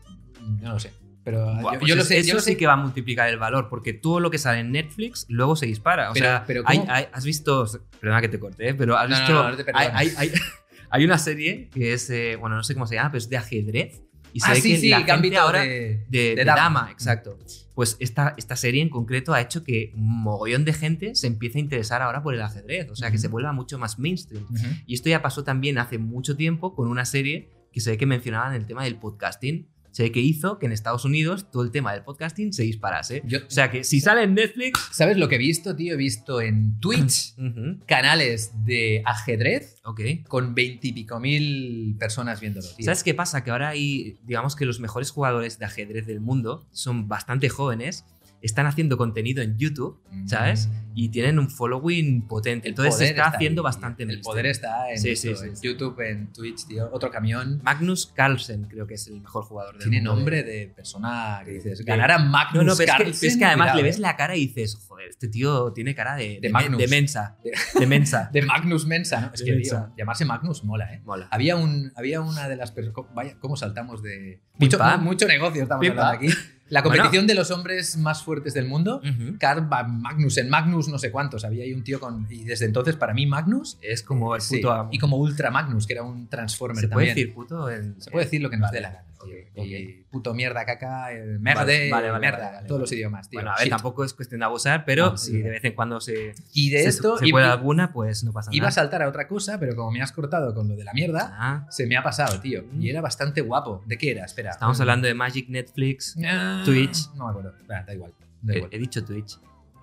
[SPEAKER 1] No lo sé. Pero
[SPEAKER 2] Buah,
[SPEAKER 1] Ah, yo,
[SPEAKER 2] pues
[SPEAKER 1] yo lo
[SPEAKER 2] es-
[SPEAKER 1] sé.
[SPEAKER 2] Eso
[SPEAKER 1] yo lo
[SPEAKER 2] sí
[SPEAKER 1] sé.
[SPEAKER 2] que va a multiplicar el valor, porque todo lo que sale en Netflix luego se dispara. O
[SPEAKER 1] Pero-
[SPEAKER 2] sea,
[SPEAKER 1] pero
[SPEAKER 2] hay-
[SPEAKER 1] ¿cómo?
[SPEAKER 2] hay- has visto. Perdona que te corte, ¿eh? pero has
[SPEAKER 1] No, no,
[SPEAKER 2] visto.
[SPEAKER 1] no, no te
[SPEAKER 2] hay,
[SPEAKER 1] perdono.
[SPEAKER 2] hay- hay- hay una serie que es. eh, bueno, no sé cómo se llama, pero es de ajedrez. Y se
[SPEAKER 1] Ah,
[SPEAKER 2] ve
[SPEAKER 1] sí,
[SPEAKER 2] que
[SPEAKER 1] sí,
[SPEAKER 2] la gente
[SPEAKER 1] Gambito
[SPEAKER 2] ahora. De,
[SPEAKER 1] de,
[SPEAKER 2] de
[SPEAKER 1] de Mm.
[SPEAKER 2] dama. exacto. Pues esta, esta serie en concreto ha hecho que un mogollón de gente se empiece a interesar ahora por el ajedrez. O sea, que
[SPEAKER 1] Ujú.
[SPEAKER 2] se vuelva mucho más mainstream.
[SPEAKER 1] Ujú.
[SPEAKER 2] Y esto ya pasó también hace mucho tiempo con una serie que se ve que mencionaban el tema del podcasting. Se ve que hizo que en Estados Unidos todo el tema del podcasting se disparase.
[SPEAKER 1] Yo-
[SPEAKER 2] O sea que si sale en Netflix.
[SPEAKER 1] ¿Sabes lo que he visto, tío? He visto en Twitch
[SPEAKER 2] Ujú,
[SPEAKER 1] canales de ajedrez
[SPEAKER 2] ok.
[SPEAKER 1] con veintipico mil personas viéndolo, tío.
[SPEAKER 2] ¿Sabes qué pasa? Que ahora hay, digamos que los mejores jugadores de ajedrez del mundo son bastante jóvenes, están haciendo contenido en YouTube
[SPEAKER 1] Mm.
[SPEAKER 2] ¿sabes? y tienen un following potente. Entonces se
[SPEAKER 1] poder
[SPEAKER 2] está haciendo
[SPEAKER 1] ahí,
[SPEAKER 2] bastante
[SPEAKER 1] El
[SPEAKER 2] mainstream.
[SPEAKER 1] poder está en,
[SPEAKER 2] Sí,
[SPEAKER 1] esto,
[SPEAKER 2] sí, sí,
[SPEAKER 1] en
[SPEAKER 2] sí.
[SPEAKER 1] YouTube, en Twitch, tío. Otro camión.
[SPEAKER 2] Magnus Carlsen creo que es el mejor jugador del
[SPEAKER 1] Tiene
[SPEAKER 2] mundo de-
[SPEAKER 1] nombre de persona que dices,
[SPEAKER 2] de-
[SPEAKER 1] ganar a
[SPEAKER 2] No,
[SPEAKER 1] Magnus
[SPEAKER 2] no, pero es que- pero es que,
[SPEAKER 1] Carlsen,
[SPEAKER 2] además
[SPEAKER 1] cuidado,
[SPEAKER 2] le ves
[SPEAKER 1] eh.
[SPEAKER 2] la cara y dices, joder, este tío tiene cara de, de,
[SPEAKER 1] Magnus.
[SPEAKER 2] de mensa. De mensa.
[SPEAKER 1] De Magnus Mensa, ¿no? Es
[SPEAKER 2] De
[SPEAKER 1] que,
[SPEAKER 2] Mensa.
[SPEAKER 1] tío, llamarse Magnus mola, ¿eh?
[SPEAKER 2] Mola.
[SPEAKER 1] Había, un, había una de las personas. Vaya, ¿cómo saltamos de.?
[SPEAKER 2] Pim,
[SPEAKER 1] Mucho,
[SPEAKER 2] pam.
[SPEAKER 1] mucho negocio estamos
[SPEAKER 2] Pim,
[SPEAKER 1] hablando
[SPEAKER 2] pam. Mm.
[SPEAKER 1] aquí. La competición de los hombres más fuertes del mundo.
[SPEAKER 2] Ujú.
[SPEAKER 1] Carl Van Magnussen, Magnus no sé cuántos, había ahí un tío con... Y desde entonces, para mí, Magnus...
[SPEAKER 2] Es como el puto
[SPEAKER 1] sí,
[SPEAKER 2] amo.
[SPEAKER 1] Y como Ultra Magnus, que era un Transformer
[SPEAKER 2] ¿Se puede
[SPEAKER 1] también.
[SPEAKER 2] decir puto? en-
[SPEAKER 1] Se puede decir lo que nos
[SPEAKER 2] Eh, Vale,
[SPEAKER 1] dé la gana. tío.
[SPEAKER 2] ok, ok.
[SPEAKER 1] Y puto mierda, caca, eh, merde,
[SPEAKER 2] Vale, vale, vale,
[SPEAKER 1] merda,
[SPEAKER 2] vale, vale,
[SPEAKER 1] todos
[SPEAKER 2] vale.
[SPEAKER 1] los idiomas, tío.
[SPEAKER 2] Bueno, a ver,
[SPEAKER 1] Shit.
[SPEAKER 2] tampoco es cuestión de abusar, pero
[SPEAKER 1] No, sí,
[SPEAKER 2] si de
[SPEAKER 1] verdad.
[SPEAKER 2] vez en cuando se,
[SPEAKER 1] Y de
[SPEAKER 2] se,
[SPEAKER 1] esto...
[SPEAKER 2] se
[SPEAKER 1] i-
[SPEAKER 2] cuela
[SPEAKER 1] i-
[SPEAKER 2] alguna, pues no pasa
[SPEAKER 1] iba a
[SPEAKER 2] nada.
[SPEAKER 1] saltar a otra cosa, pero como me has cortado con lo de la mierda,
[SPEAKER 2] Ah,
[SPEAKER 1] se me ha pasado, tío. Y era bastante guapo. ¿De qué era? Espera.
[SPEAKER 2] estamos hablando de Magic, Netflix.
[SPEAKER 1] Ah,
[SPEAKER 2] Twitch. Eh,
[SPEAKER 1] No me acuerdo. Ah, Da, da igual. Da
[SPEAKER 2] He,
[SPEAKER 1] igual.
[SPEAKER 2] he dicho Twitch.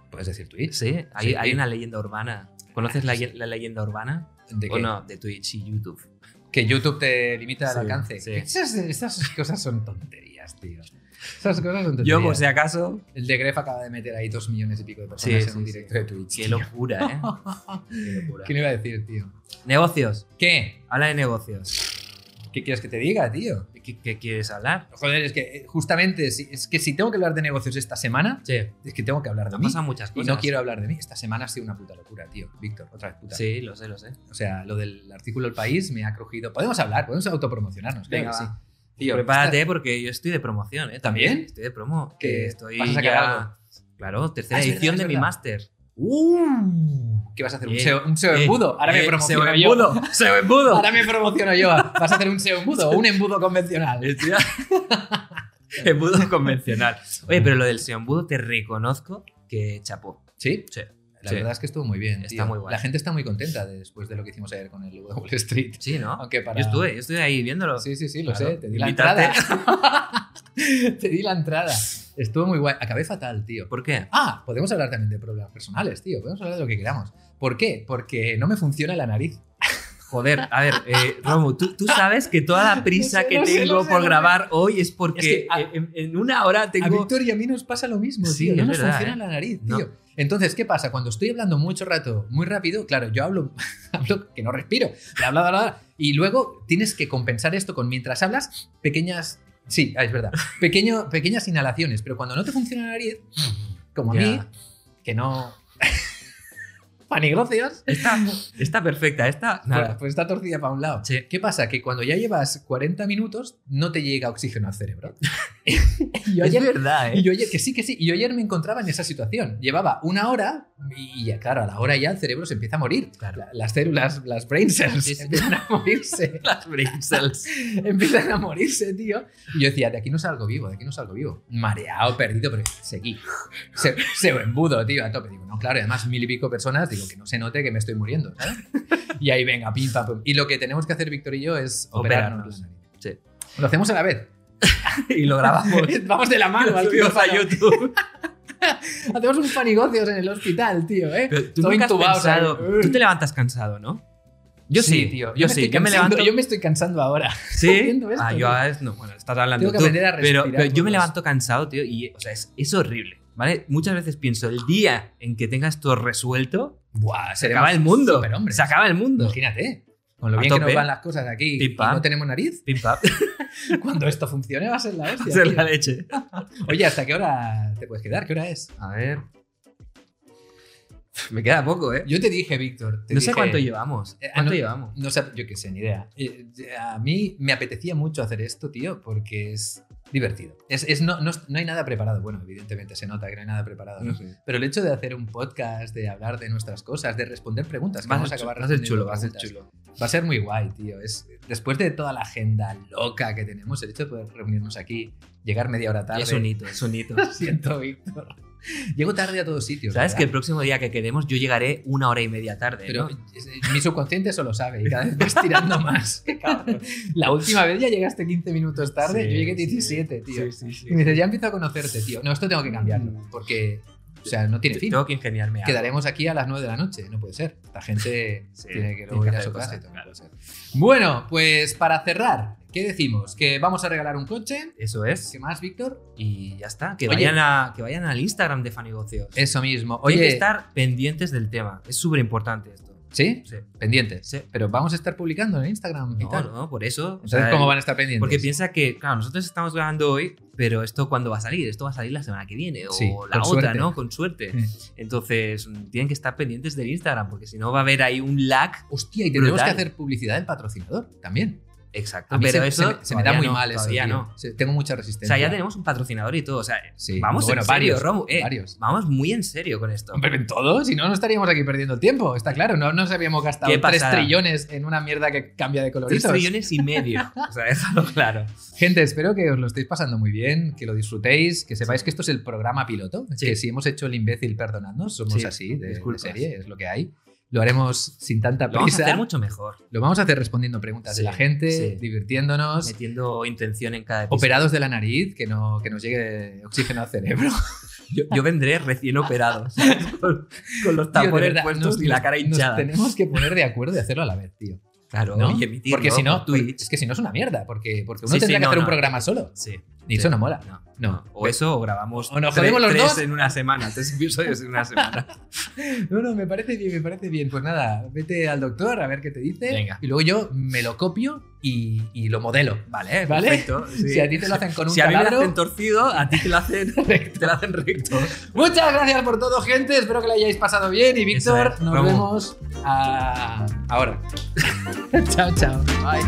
[SPEAKER 1] ¿Puedes decir Twitch?
[SPEAKER 2] Sí, hay,
[SPEAKER 1] Sí. Ah,
[SPEAKER 2] hay una leyenda urbana. ¿Conoces la, la leyenda urbana?
[SPEAKER 1] ¿De
[SPEAKER 2] ¿O
[SPEAKER 1] qué?
[SPEAKER 2] no? De Twitch y YouTube.
[SPEAKER 1] Que YouTube te limita el
[SPEAKER 2] Sí,
[SPEAKER 1] alcance.
[SPEAKER 2] sí.
[SPEAKER 1] Esas, esas cosas son tonterías, tío. Esas cosas son tonterías.
[SPEAKER 2] Yo, pues, por si acaso,
[SPEAKER 1] El de Gref acaba de meter ahí dos millones y pico de personas
[SPEAKER 2] Sí,
[SPEAKER 1] en
[SPEAKER 2] sí,
[SPEAKER 1] un
[SPEAKER 2] sí.
[SPEAKER 1] directo de Twitch.
[SPEAKER 2] qué
[SPEAKER 1] tío.
[SPEAKER 2] locura, ¿eh? Qué locura.
[SPEAKER 1] ¿Qué le iba a decir, tío?
[SPEAKER 2] Negocios.
[SPEAKER 1] ¿Qué?
[SPEAKER 2] Habla de negocios.
[SPEAKER 1] ¿Qué quieres que te diga, tío?
[SPEAKER 2] ¿Qué, qué quieres hablar?
[SPEAKER 1] Joder, es que eh, justamente, si- es que si tengo que hablar de negocios esta semana,
[SPEAKER 2] Sí,
[SPEAKER 1] es que tengo que hablar de
[SPEAKER 2] han
[SPEAKER 1] mí.
[SPEAKER 2] pasado muchas
[SPEAKER 1] Y
[SPEAKER 2] cosas.
[SPEAKER 1] no quiero hablar de mí. Esta semana ha sido una puta locura, tío. Víctor, otra vez puta.
[SPEAKER 2] Sí, lo sé, lo sé.
[SPEAKER 1] O sea, lo del artículo El País me ha crujido. Podemos hablar, podemos autopromocionarnos. claro que
[SPEAKER 2] Venga,
[SPEAKER 1] sí.
[SPEAKER 2] va.
[SPEAKER 1] Tío,
[SPEAKER 2] Prepárate porque yo estoy de promoción, ¿eh?
[SPEAKER 1] ¿También?
[SPEAKER 2] Estoy de promo.
[SPEAKER 1] ¿Que
[SPEAKER 2] Que estoy
[SPEAKER 1] vas a sacar
[SPEAKER 2] ya-
[SPEAKER 1] algo?
[SPEAKER 2] Claro, tercera
[SPEAKER 1] Ah, es verdad,
[SPEAKER 2] edición
[SPEAKER 1] es
[SPEAKER 2] de mi
[SPEAKER 1] verdad.
[SPEAKER 2] máster.
[SPEAKER 1] ¡Uh! ¿Qué vas a hacer? ¿Un
[SPEAKER 2] Eh,
[SPEAKER 1] SEO, un SEO
[SPEAKER 2] eh,
[SPEAKER 1] embudo? Ahora me
[SPEAKER 2] eh,
[SPEAKER 1] promociono
[SPEAKER 2] SEO
[SPEAKER 1] yo.
[SPEAKER 2] embudo, SEO embudo.
[SPEAKER 1] Ahora me promociono yo. ¿Vas a hacer un SEO embudo o un embudo convencional?
[SPEAKER 2] Estoy a- embudo convencional. Oye, pero lo del SEO embudo te reconozco que chapó.
[SPEAKER 1] Sí.
[SPEAKER 2] Sí.
[SPEAKER 1] La
[SPEAKER 2] Sí.
[SPEAKER 1] verdad es que estuvo muy bien.
[SPEAKER 2] Está
[SPEAKER 1] tío.
[SPEAKER 2] muy guay.
[SPEAKER 1] La gente está muy contenta de- después de lo que hicimos ayer con el Wall Street.
[SPEAKER 2] Sí, ¿no?
[SPEAKER 1] Aunque para...
[SPEAKER 2] Yo estuve, yo estuve ahí viéndolo.
[SPEAKER 1] Sí, sí, sí, lo
[SPEAKER 2] Claro.
[SPEAKER 1] sé. Te di la
[SPEAKER 2] Invítate.
[SPEAKER 1] entrada. te di la entrada. Estuvo muy guay. Acabé fatal, tío.
[SPEAKER 2] ¿Por qué?
[SPEAKER 1] Ah, podemos hablar también de problemas personales, tío. Podemos hablar de lo que queramos. ¿Por qué? Porque no me funciona la nariz.
[SPEAKER 2] Joder, a ver, eh, Romo, ¿tú, tú sabes que toda la prisa
[SPEAKER 1] sé,
[SPEAKER 2] que
[SPEAKER 1] lo sé,
[SPEAKER 2] tengo
[SPEAKER 1] lo sé,
[SPEAKER 2] por
[SPEAKER 1] lo sé.
[SPEAKER 2] grabar hoy es
[SPEAKER 1] Es
[SPEAKER 2] porque
[SPEAKER 1] que a-
[SPEAKER 2] eh, en, en una hora
[SPEAKER 1] A
[SPEAKER 2] tengo.
[SPEAKER 1] Víctor y a mí nos pasa lo mismo,
[SPEAKER 2] Sí,
[SPEAKER 1] tío. No
[SPEAKER 2] es
[SPEAKER 1] nos
[SPEAKER 2] verdad,
[SPEAKER 1] funciona
[SPEAKER 2] ¿eh?
[SPEAKER 1] la nariz,
[SPEAKER 2] No.
[SPEAKER 1] tío. Entonces, ¿qué pasa? Cuando estoy hablando mucho rato, muy rápido, claro, yo hablo, hablo que no respiro. Bla, bla, bla, bla. y luego tienes que compensar esto con mientras hablas, pequeñas. Sí, ah, es verdad. Pequeño, pequeñas inhalaciones. Pero cuando no te funciona la nariz, como a
[SPEAKER 2] Ya.
[SPEAKER 1] mí, que no. Panigrocios.
[SPEAKER 2] Está, está perfecta, está.
[SPEAKER 1] Pues,
[SPEAKER 2] Nada.
[SPEAKER 1] pues está torcida para un lado.
[SPEAKER 2] Sí.
[SPEAKER 1] ¿Qué pasa? Que cuando ya llevas 40 minutos, no te llega oxígeno al cerebro. y yo
[SPEAKER 2] es
[SPEAKER 1] ayer
[SPEAKER 2] verdad, ¿eh?
[SPEAKER 1] y yo ayer, que sí, que sí, y yo ayer me encontraba en esa situación. Llevaba una hora y, ya, claro, a la hora ya el cerebro se empieza a morir.
[SPEAKER 2] Claro.
[SPEAKER 1] La- las células, las brain cells,
[SPEAKER 2] Sí, sí.
[SPEAKER 1] empiezan a morirse.
[SPEAKER 2] Las brain cells.
[SPEAKER 1] empiezan a morirse, tío. Y yo decía, de aquí no salgo vivo, de aquí no salgo vivo. Mareado, perdido, pero seguí. Se, se embudo, tío, a tope. Digo, no, claro, y además mil y pico personas, digo, que no se note que me estoy muriendo, ¿sabes? Y ahí venga, pim, pam, pum. Y lo que tenemos que hacer Víctor y yo es operarnos.
[SPEAKER 2] Operarnos. Sí.
[SPEAKER 1] Lo hacemos a la vez.
[SPEAKER 2] Y lo grabamos.
[SPEAKER 1] Vamos de la mano al
[SPEAKER 2] Lo subimos a
[SPEAKER 1] quirófano.
[SPEAKER 2] YouTube.
[SPEAKER 1] Hacemos un panigocios en el hospital, tío, ¿eh?
[SPEAKER 2] Pero tú
[SPEAKER 1] Todo
[SPEAKER 2] nunca has
[SPEAKER 1] intubado,
[SPEAKER 2] pensado-
[SPEAKER 1] o sea, eh.
[SPEAKER 2] Tú te levantas cansado, ¿no?
[SPEAKER 1] tío.
[SPEAKER 2] Yo,
[SPEAKER 1] me
[SPEAKER 2] sí,
[SPEAKER 1] estoy
[SPEAKER 2] yo me
[SPEAKER 1] cansando-
[SPEAKER 2] levanto.
[SPEAKER 1] Yo me estoy cansando ahora.
[SPEAKER 2] Sí.
[SPEAKER 1] haciendo esto,
[SPEAKER 2] Ah,
[SPEAKER 1] tío.
[SPEAKER 2] yo a veces no. Bueno, estás hablando
[SPEAKER 1] Tengo que
[SPEAKER 2] tú.
[SPEAKER 1] aprender a
[SPEAKER 2] pero,
[SPEAKER 1] respirar
[SPEAKER 2] pero yo me
[SPEAKER 1] por los-
[SPEAKER 2] levanto cansado, tío, y o sea, es, es horrible, ¿vale? Muchas veces pienso, el día en que tenga esto resuelto,
[SPEAKER 1] Buah,
[SPEAKER 2] se acaba el mundo.
[SPEAKER 1] Superhombres.
[SPEAKER 2] Se acaba el mundo.
[SPEAKER 1] Imagínate. Con lo
[SPEAKER 2] A
[SPEAKER 1] bien que nos
[SPEAKER 2] tope.
[SPEAKER 1] van las cosas aquí
[SPEAKER 2] Pim,
[SPEAKER 1] y
[SPEAKER 2] pam.
[SPEAKER 1] no tenemos nariz,
[SPEAKER 2] Pim pam,
[SPEAKER 1] cuando esto funcione va a ser la hostia.
[SPEAKER 2] hacer
[SPEAKER 1] tío.
[SPEAKER 2] la leche.
[SPEAKER 1] Oye, ¿hasta qué hora te puedes quedar? ¿Qué hora es?
[SPEAKER 2] A ver. Me queda poco, ¿eh?
[SPEAKER 1] Yo te dije, Víctor. te
[SPEAKER 2] No sé
[SPEAKER 1] dije-
[SPEAKER 2] cuánto llevamos.
[SPEAKER 1] Eh, ah,
[SPEAKER 2] ¿Cuánto
[SPEAKER 1] no-
[SPEAKER 2] llevamos?
[SPEAKER 1] No sé, yo qué sé, ni idea. Eh, A mí me apetecía mucho hacer esto, tío, porque es divertido. Es, es no, no, no hay nada preparado. Bueno, evidentemente se nota que no hay nada preparado, ¿no? Pero el hecho de hacer un podcast, de hablar de nuestras cosas, de responder preguntas, que
[SPEAKER 2] Vas
[SPEAKER 1] vamos a
[SPEAKER 2] a ser
[SPEAKER 1] acabar
[SPEAKER 2] chu- va a ser
[SPEAKER 1] respondiendo
[SPEAKER 2] chulo, va a ser
[SPEAKER 1] preguntas,
[SPEAKER 2] chulo.
[SPEAKER 1] Va a ser muy guay, tío. Es, después de toda la agenda loca que tenemos, el hecho de poder reunirnos aquí, llegar media hora tarde.
[SPEAKER 2] Es un hito, es un hito.
[SPEAKER 1] Lo siento, Víctor. Llego tarde a todos sitios.
[SPEAKER 2] Sabes que el
[SPEAKER 1] ¿verdad?
[SPEAKER 2] próximo día que quedemos yo llegaré una hora y media tarde.
[SPEAKER 1] Pero
[SPEAKER 2] ¿no?
[SPEAKER 1] eh, mi subconsciente eso lo sabe y cada vez vas tirando más. La última vez ya llegaste 15 minutos tarde,
[SPEAKER 2] Sí,
[SPEAKER 1] yo llegué
[SPEAKER 2] sí.
[SPEAKER 1] 17, tío.
[SPEAKER 2] Sí, sí, sí.
[SPEAKER 1] Y me dices, ya empiezo a conocerte, tío. No, esto tengo que cambiarlo, porque, o sea, no tiene fin.
[SPEAKER 2] Tengo que ingeniarme algo.
[SPEAKER 1] Quedaremos aquí a las 9 de la noche, no puede ser. Esta gente
[SPEAKER 2] Sí,
[SPEAKER 1] tiene que
[SPEAKER 2] tiene
[SPEAKER 1] luego
[SPEAKER 2] que
[SPEAKER 1] ir a
[SPEAKER 2] hacer
[SPEAKER 1] su casa.
[SPEAKER 2] cosas,
[SPEAKER 1] y todo,
[SPEAKER 2] claro.
[SPEAKER 1] no puede ser. Bueno, pues para cerrar, ¿qué decimos? Que vamos a regalar un coche.
[SPEAKER 2] Eso es.
[SPEAKER 1] ¿Qué más, Víctor?
[SPEAKER 2] Y ya está. Que
[SPEAKER 1] Oye.
[SPEAKER 2] vayan, a, que vayan al Instagram de Fanegocios.
[SPEAKER 1] Eso mismo.
[SPEAKER 2] Oye,
[SPEAKER 1] Oye,
[SPEAKER 2] que estar pendientes del tema. Es súper importante esto.
[SPEAKER 1] ¿sí?
[SPEAKER 2] Sí.
[SPEAKER 1] Pendientes.
[SPEAKER 2] Sí.
[SPEAKER 1] Pero vamos a estar publicando en Instagram y
[SPEAKER 2] No,
[SPEAKER 1] tal.
[SPEAKER 2] no, por eso. o
[SPEAKER 1] Entonces,
[SPEAKER 2] sea,
[SPEAKER 1] ¿cómo van a estar pendientes?
[SPEAKER 2] Porque piensa que, claro, nosotros estamos grabando hoy, pero esto cuándo va a salir? Esto va a salir la semana que viene o
[SPEAKER 1] Sí,
[SPEAKER 2] la
[SPEAKER 1] con
[SPEAKER 2] otra,
[SPEAKER 1] suerte. Mm.
[SPEAKER 2] ¿no? Con suerte. Entonces, mm, tienen que estar pendientes del Instagram, porque si no va a haber ahí un lag.
[SPEAKER 1] Hostia, y tenemos
[SPEAKER 2] Brutal.
[SPEAKER 1] que hacer publicidad del patrocinador también.
[SPEAKER 2] Exacto.
[SPEAKER 1] A mí
[SPEAKER 2] Ah, pero
[SPEAKER 1] se,
[SPEAKER 2] eso
[SPEAKER 1] se me, se me da
[SPEAKER 2] todavía
[SPEAKER 1] muy
[SPEAKER 2] no,
[SPEAKER 1] mal eso.
[SPEAKER 2] Todavía
[SPEAKER 1] tío.
[SPEAKER 2] no.
[SPEAKER 1] Se- Tengo mucha
[SPEAKER 2] O
[SPEAKER 1] resistencia.
[SPEAKER 2] sea, ya tenemos un patrocinador y todo. O sea,
[SPEAKER 1] Sí.
[SPEAKER 2] vamos
[SPEAKER 1] bueno,
[SPEAKER 2] en serio,
[SPEAKER 1] varios,
[SPEAKER 2] Romu. eh,
[SPEAKER 1] varios.
[SPEAKER 2] vamos muy en serio con esto.
[SPEAKER 1] Hombre, en todo, si no, no estaríamos aquí perdiendo el tiempo, está claro. No nos habíamos gastado
[SPEAKER 2] Qué
[SPEAKER 1] 3
[SPEAKER 2] pasada.
[SPEAKER 1] trillones en una mierda que cambia de
[SPEAKER 2] Tres
[SPEAKER 1] coloritos.
[SPEAKER 2] trillones y medio. O sea, déjalo claro.
[SPEAKER 1] Gente, espero que os lo estéis pasando muy bien, que lo disfrutéis, que sepáis que esto es el programa piloto,
[SPEAKER 2] Sí.
[SPEAKER 1] que si hemos hecho el imbécil perdonadnos, somos
[SPEAKER 2] Sí,
[SPEAKER 1] así, de, de
[SPEAKER 2] disculpas.
[SPEAKER 1] serie, es lo que hay. Lo haremos sin tanta
[SPEAKER 2] Lo vamos a
[SPEAKER 1] prisa.
[SPEAKER 2] hacer mucho mejor.
[SPEAKER 1] Lo vamos a hacer respondiendo preguntas de
[SPEAKER 2] Sí,
[SPEAKER 1] la gente,
[SPEAKER 2] sí.
[SPEAKER 1] divirtiéndonos,
[SPEAKER 2] Metiendo intención en cada episodio.
[SPEAKER 1] operados de la nariz, que, no, que nos llegue oxígeno al cerebro.
[SPEAKER 2] Yo, yo vendré recién operado. ¿sabes? Con, con los
[SPEAKER 1] Tío, de
[SPEAKER 2] tapones
[SPEAKER 1] verdad,
[SPEAKER 2] puestos
[SPEAKER 1] nos-
[SPEAKER 2] y la cara
[SPEAKER 1] nos
[SPEAKER 2] hinchada.
[SPEAKER 1] tenemos que poner de acuerdo y hacerlo a la vez, tío.
[SPEAKER 2] Claro,
[SPEAKER 1] ¿no?
[SPEAKER 2] y emitirlo
[SPEAKER 1] porque si no,
[SPEAKER 2] por Twitch.
[SPEAKER 1] es que si no es una mierda, porque, porque uno
[SPEAKER 2] Sí,
[SPEAKER 1] tendría
[SPEAKER 2] sí,
[SPEAKER 1] que
[SPEAKER 2] no,
[SPEAKER 1] hacer un
[SPEAKER 2] no.
[SPEAKER 1] programa solo.
[SPEAKER 2] Sí.
[SPEAKER 1] Y eso no mola.
[SPEAKER 2] No,
[SPEAKER 1] No. Pues
[SPEAKER 2] no. O eso, o grabamos
[SPEAKER 1] O nos
[SPEAKER 2] tres-
[SPEAKER 1] jodemos los
[SPEAKER 2] tres
[SPEAKER 1] dos.
[SPEAKER 2] en una semana, tres episodios en una semana.
[SPEAKER 1] No, no, me parece bien, me parece bien. Pues nada, vete al doctor a ver qué te dice.
[SPEAKER 2] Venga.
[SPEAKER 1] Y luego yo me lo copio y, y lo modelo.
[SPEAKER 2] Vale,
[SPEAKER 1] ¿Vale?
[SPEAKER 2] perfecto. sí.
[SPEAKER 1] Si a ti te lo hacen con un
[SPEAKER 2] Si a mí me lo
[SPEAKER 1] taladro,
[SPEAKER 2] hacen torcido, a ti te lo hacen,
[SPEAKER 1] recto.
[SPEAKER 2] te lo hacen recto.
[SPEAKER 1] Muchas gracias por todo, gente. Espero que lo hayáis pasado bien. Y
[SPEAKER 2] Eso
[SPEAKER 1] Víctor,
[SPEAKER 2] es.
[SPEAKER 1] nos
[SPEAKER 2] Vamos.
[SPEAKER 1] vemos ah, ahora. chao, chao.
[SPEAKER 2] Ay.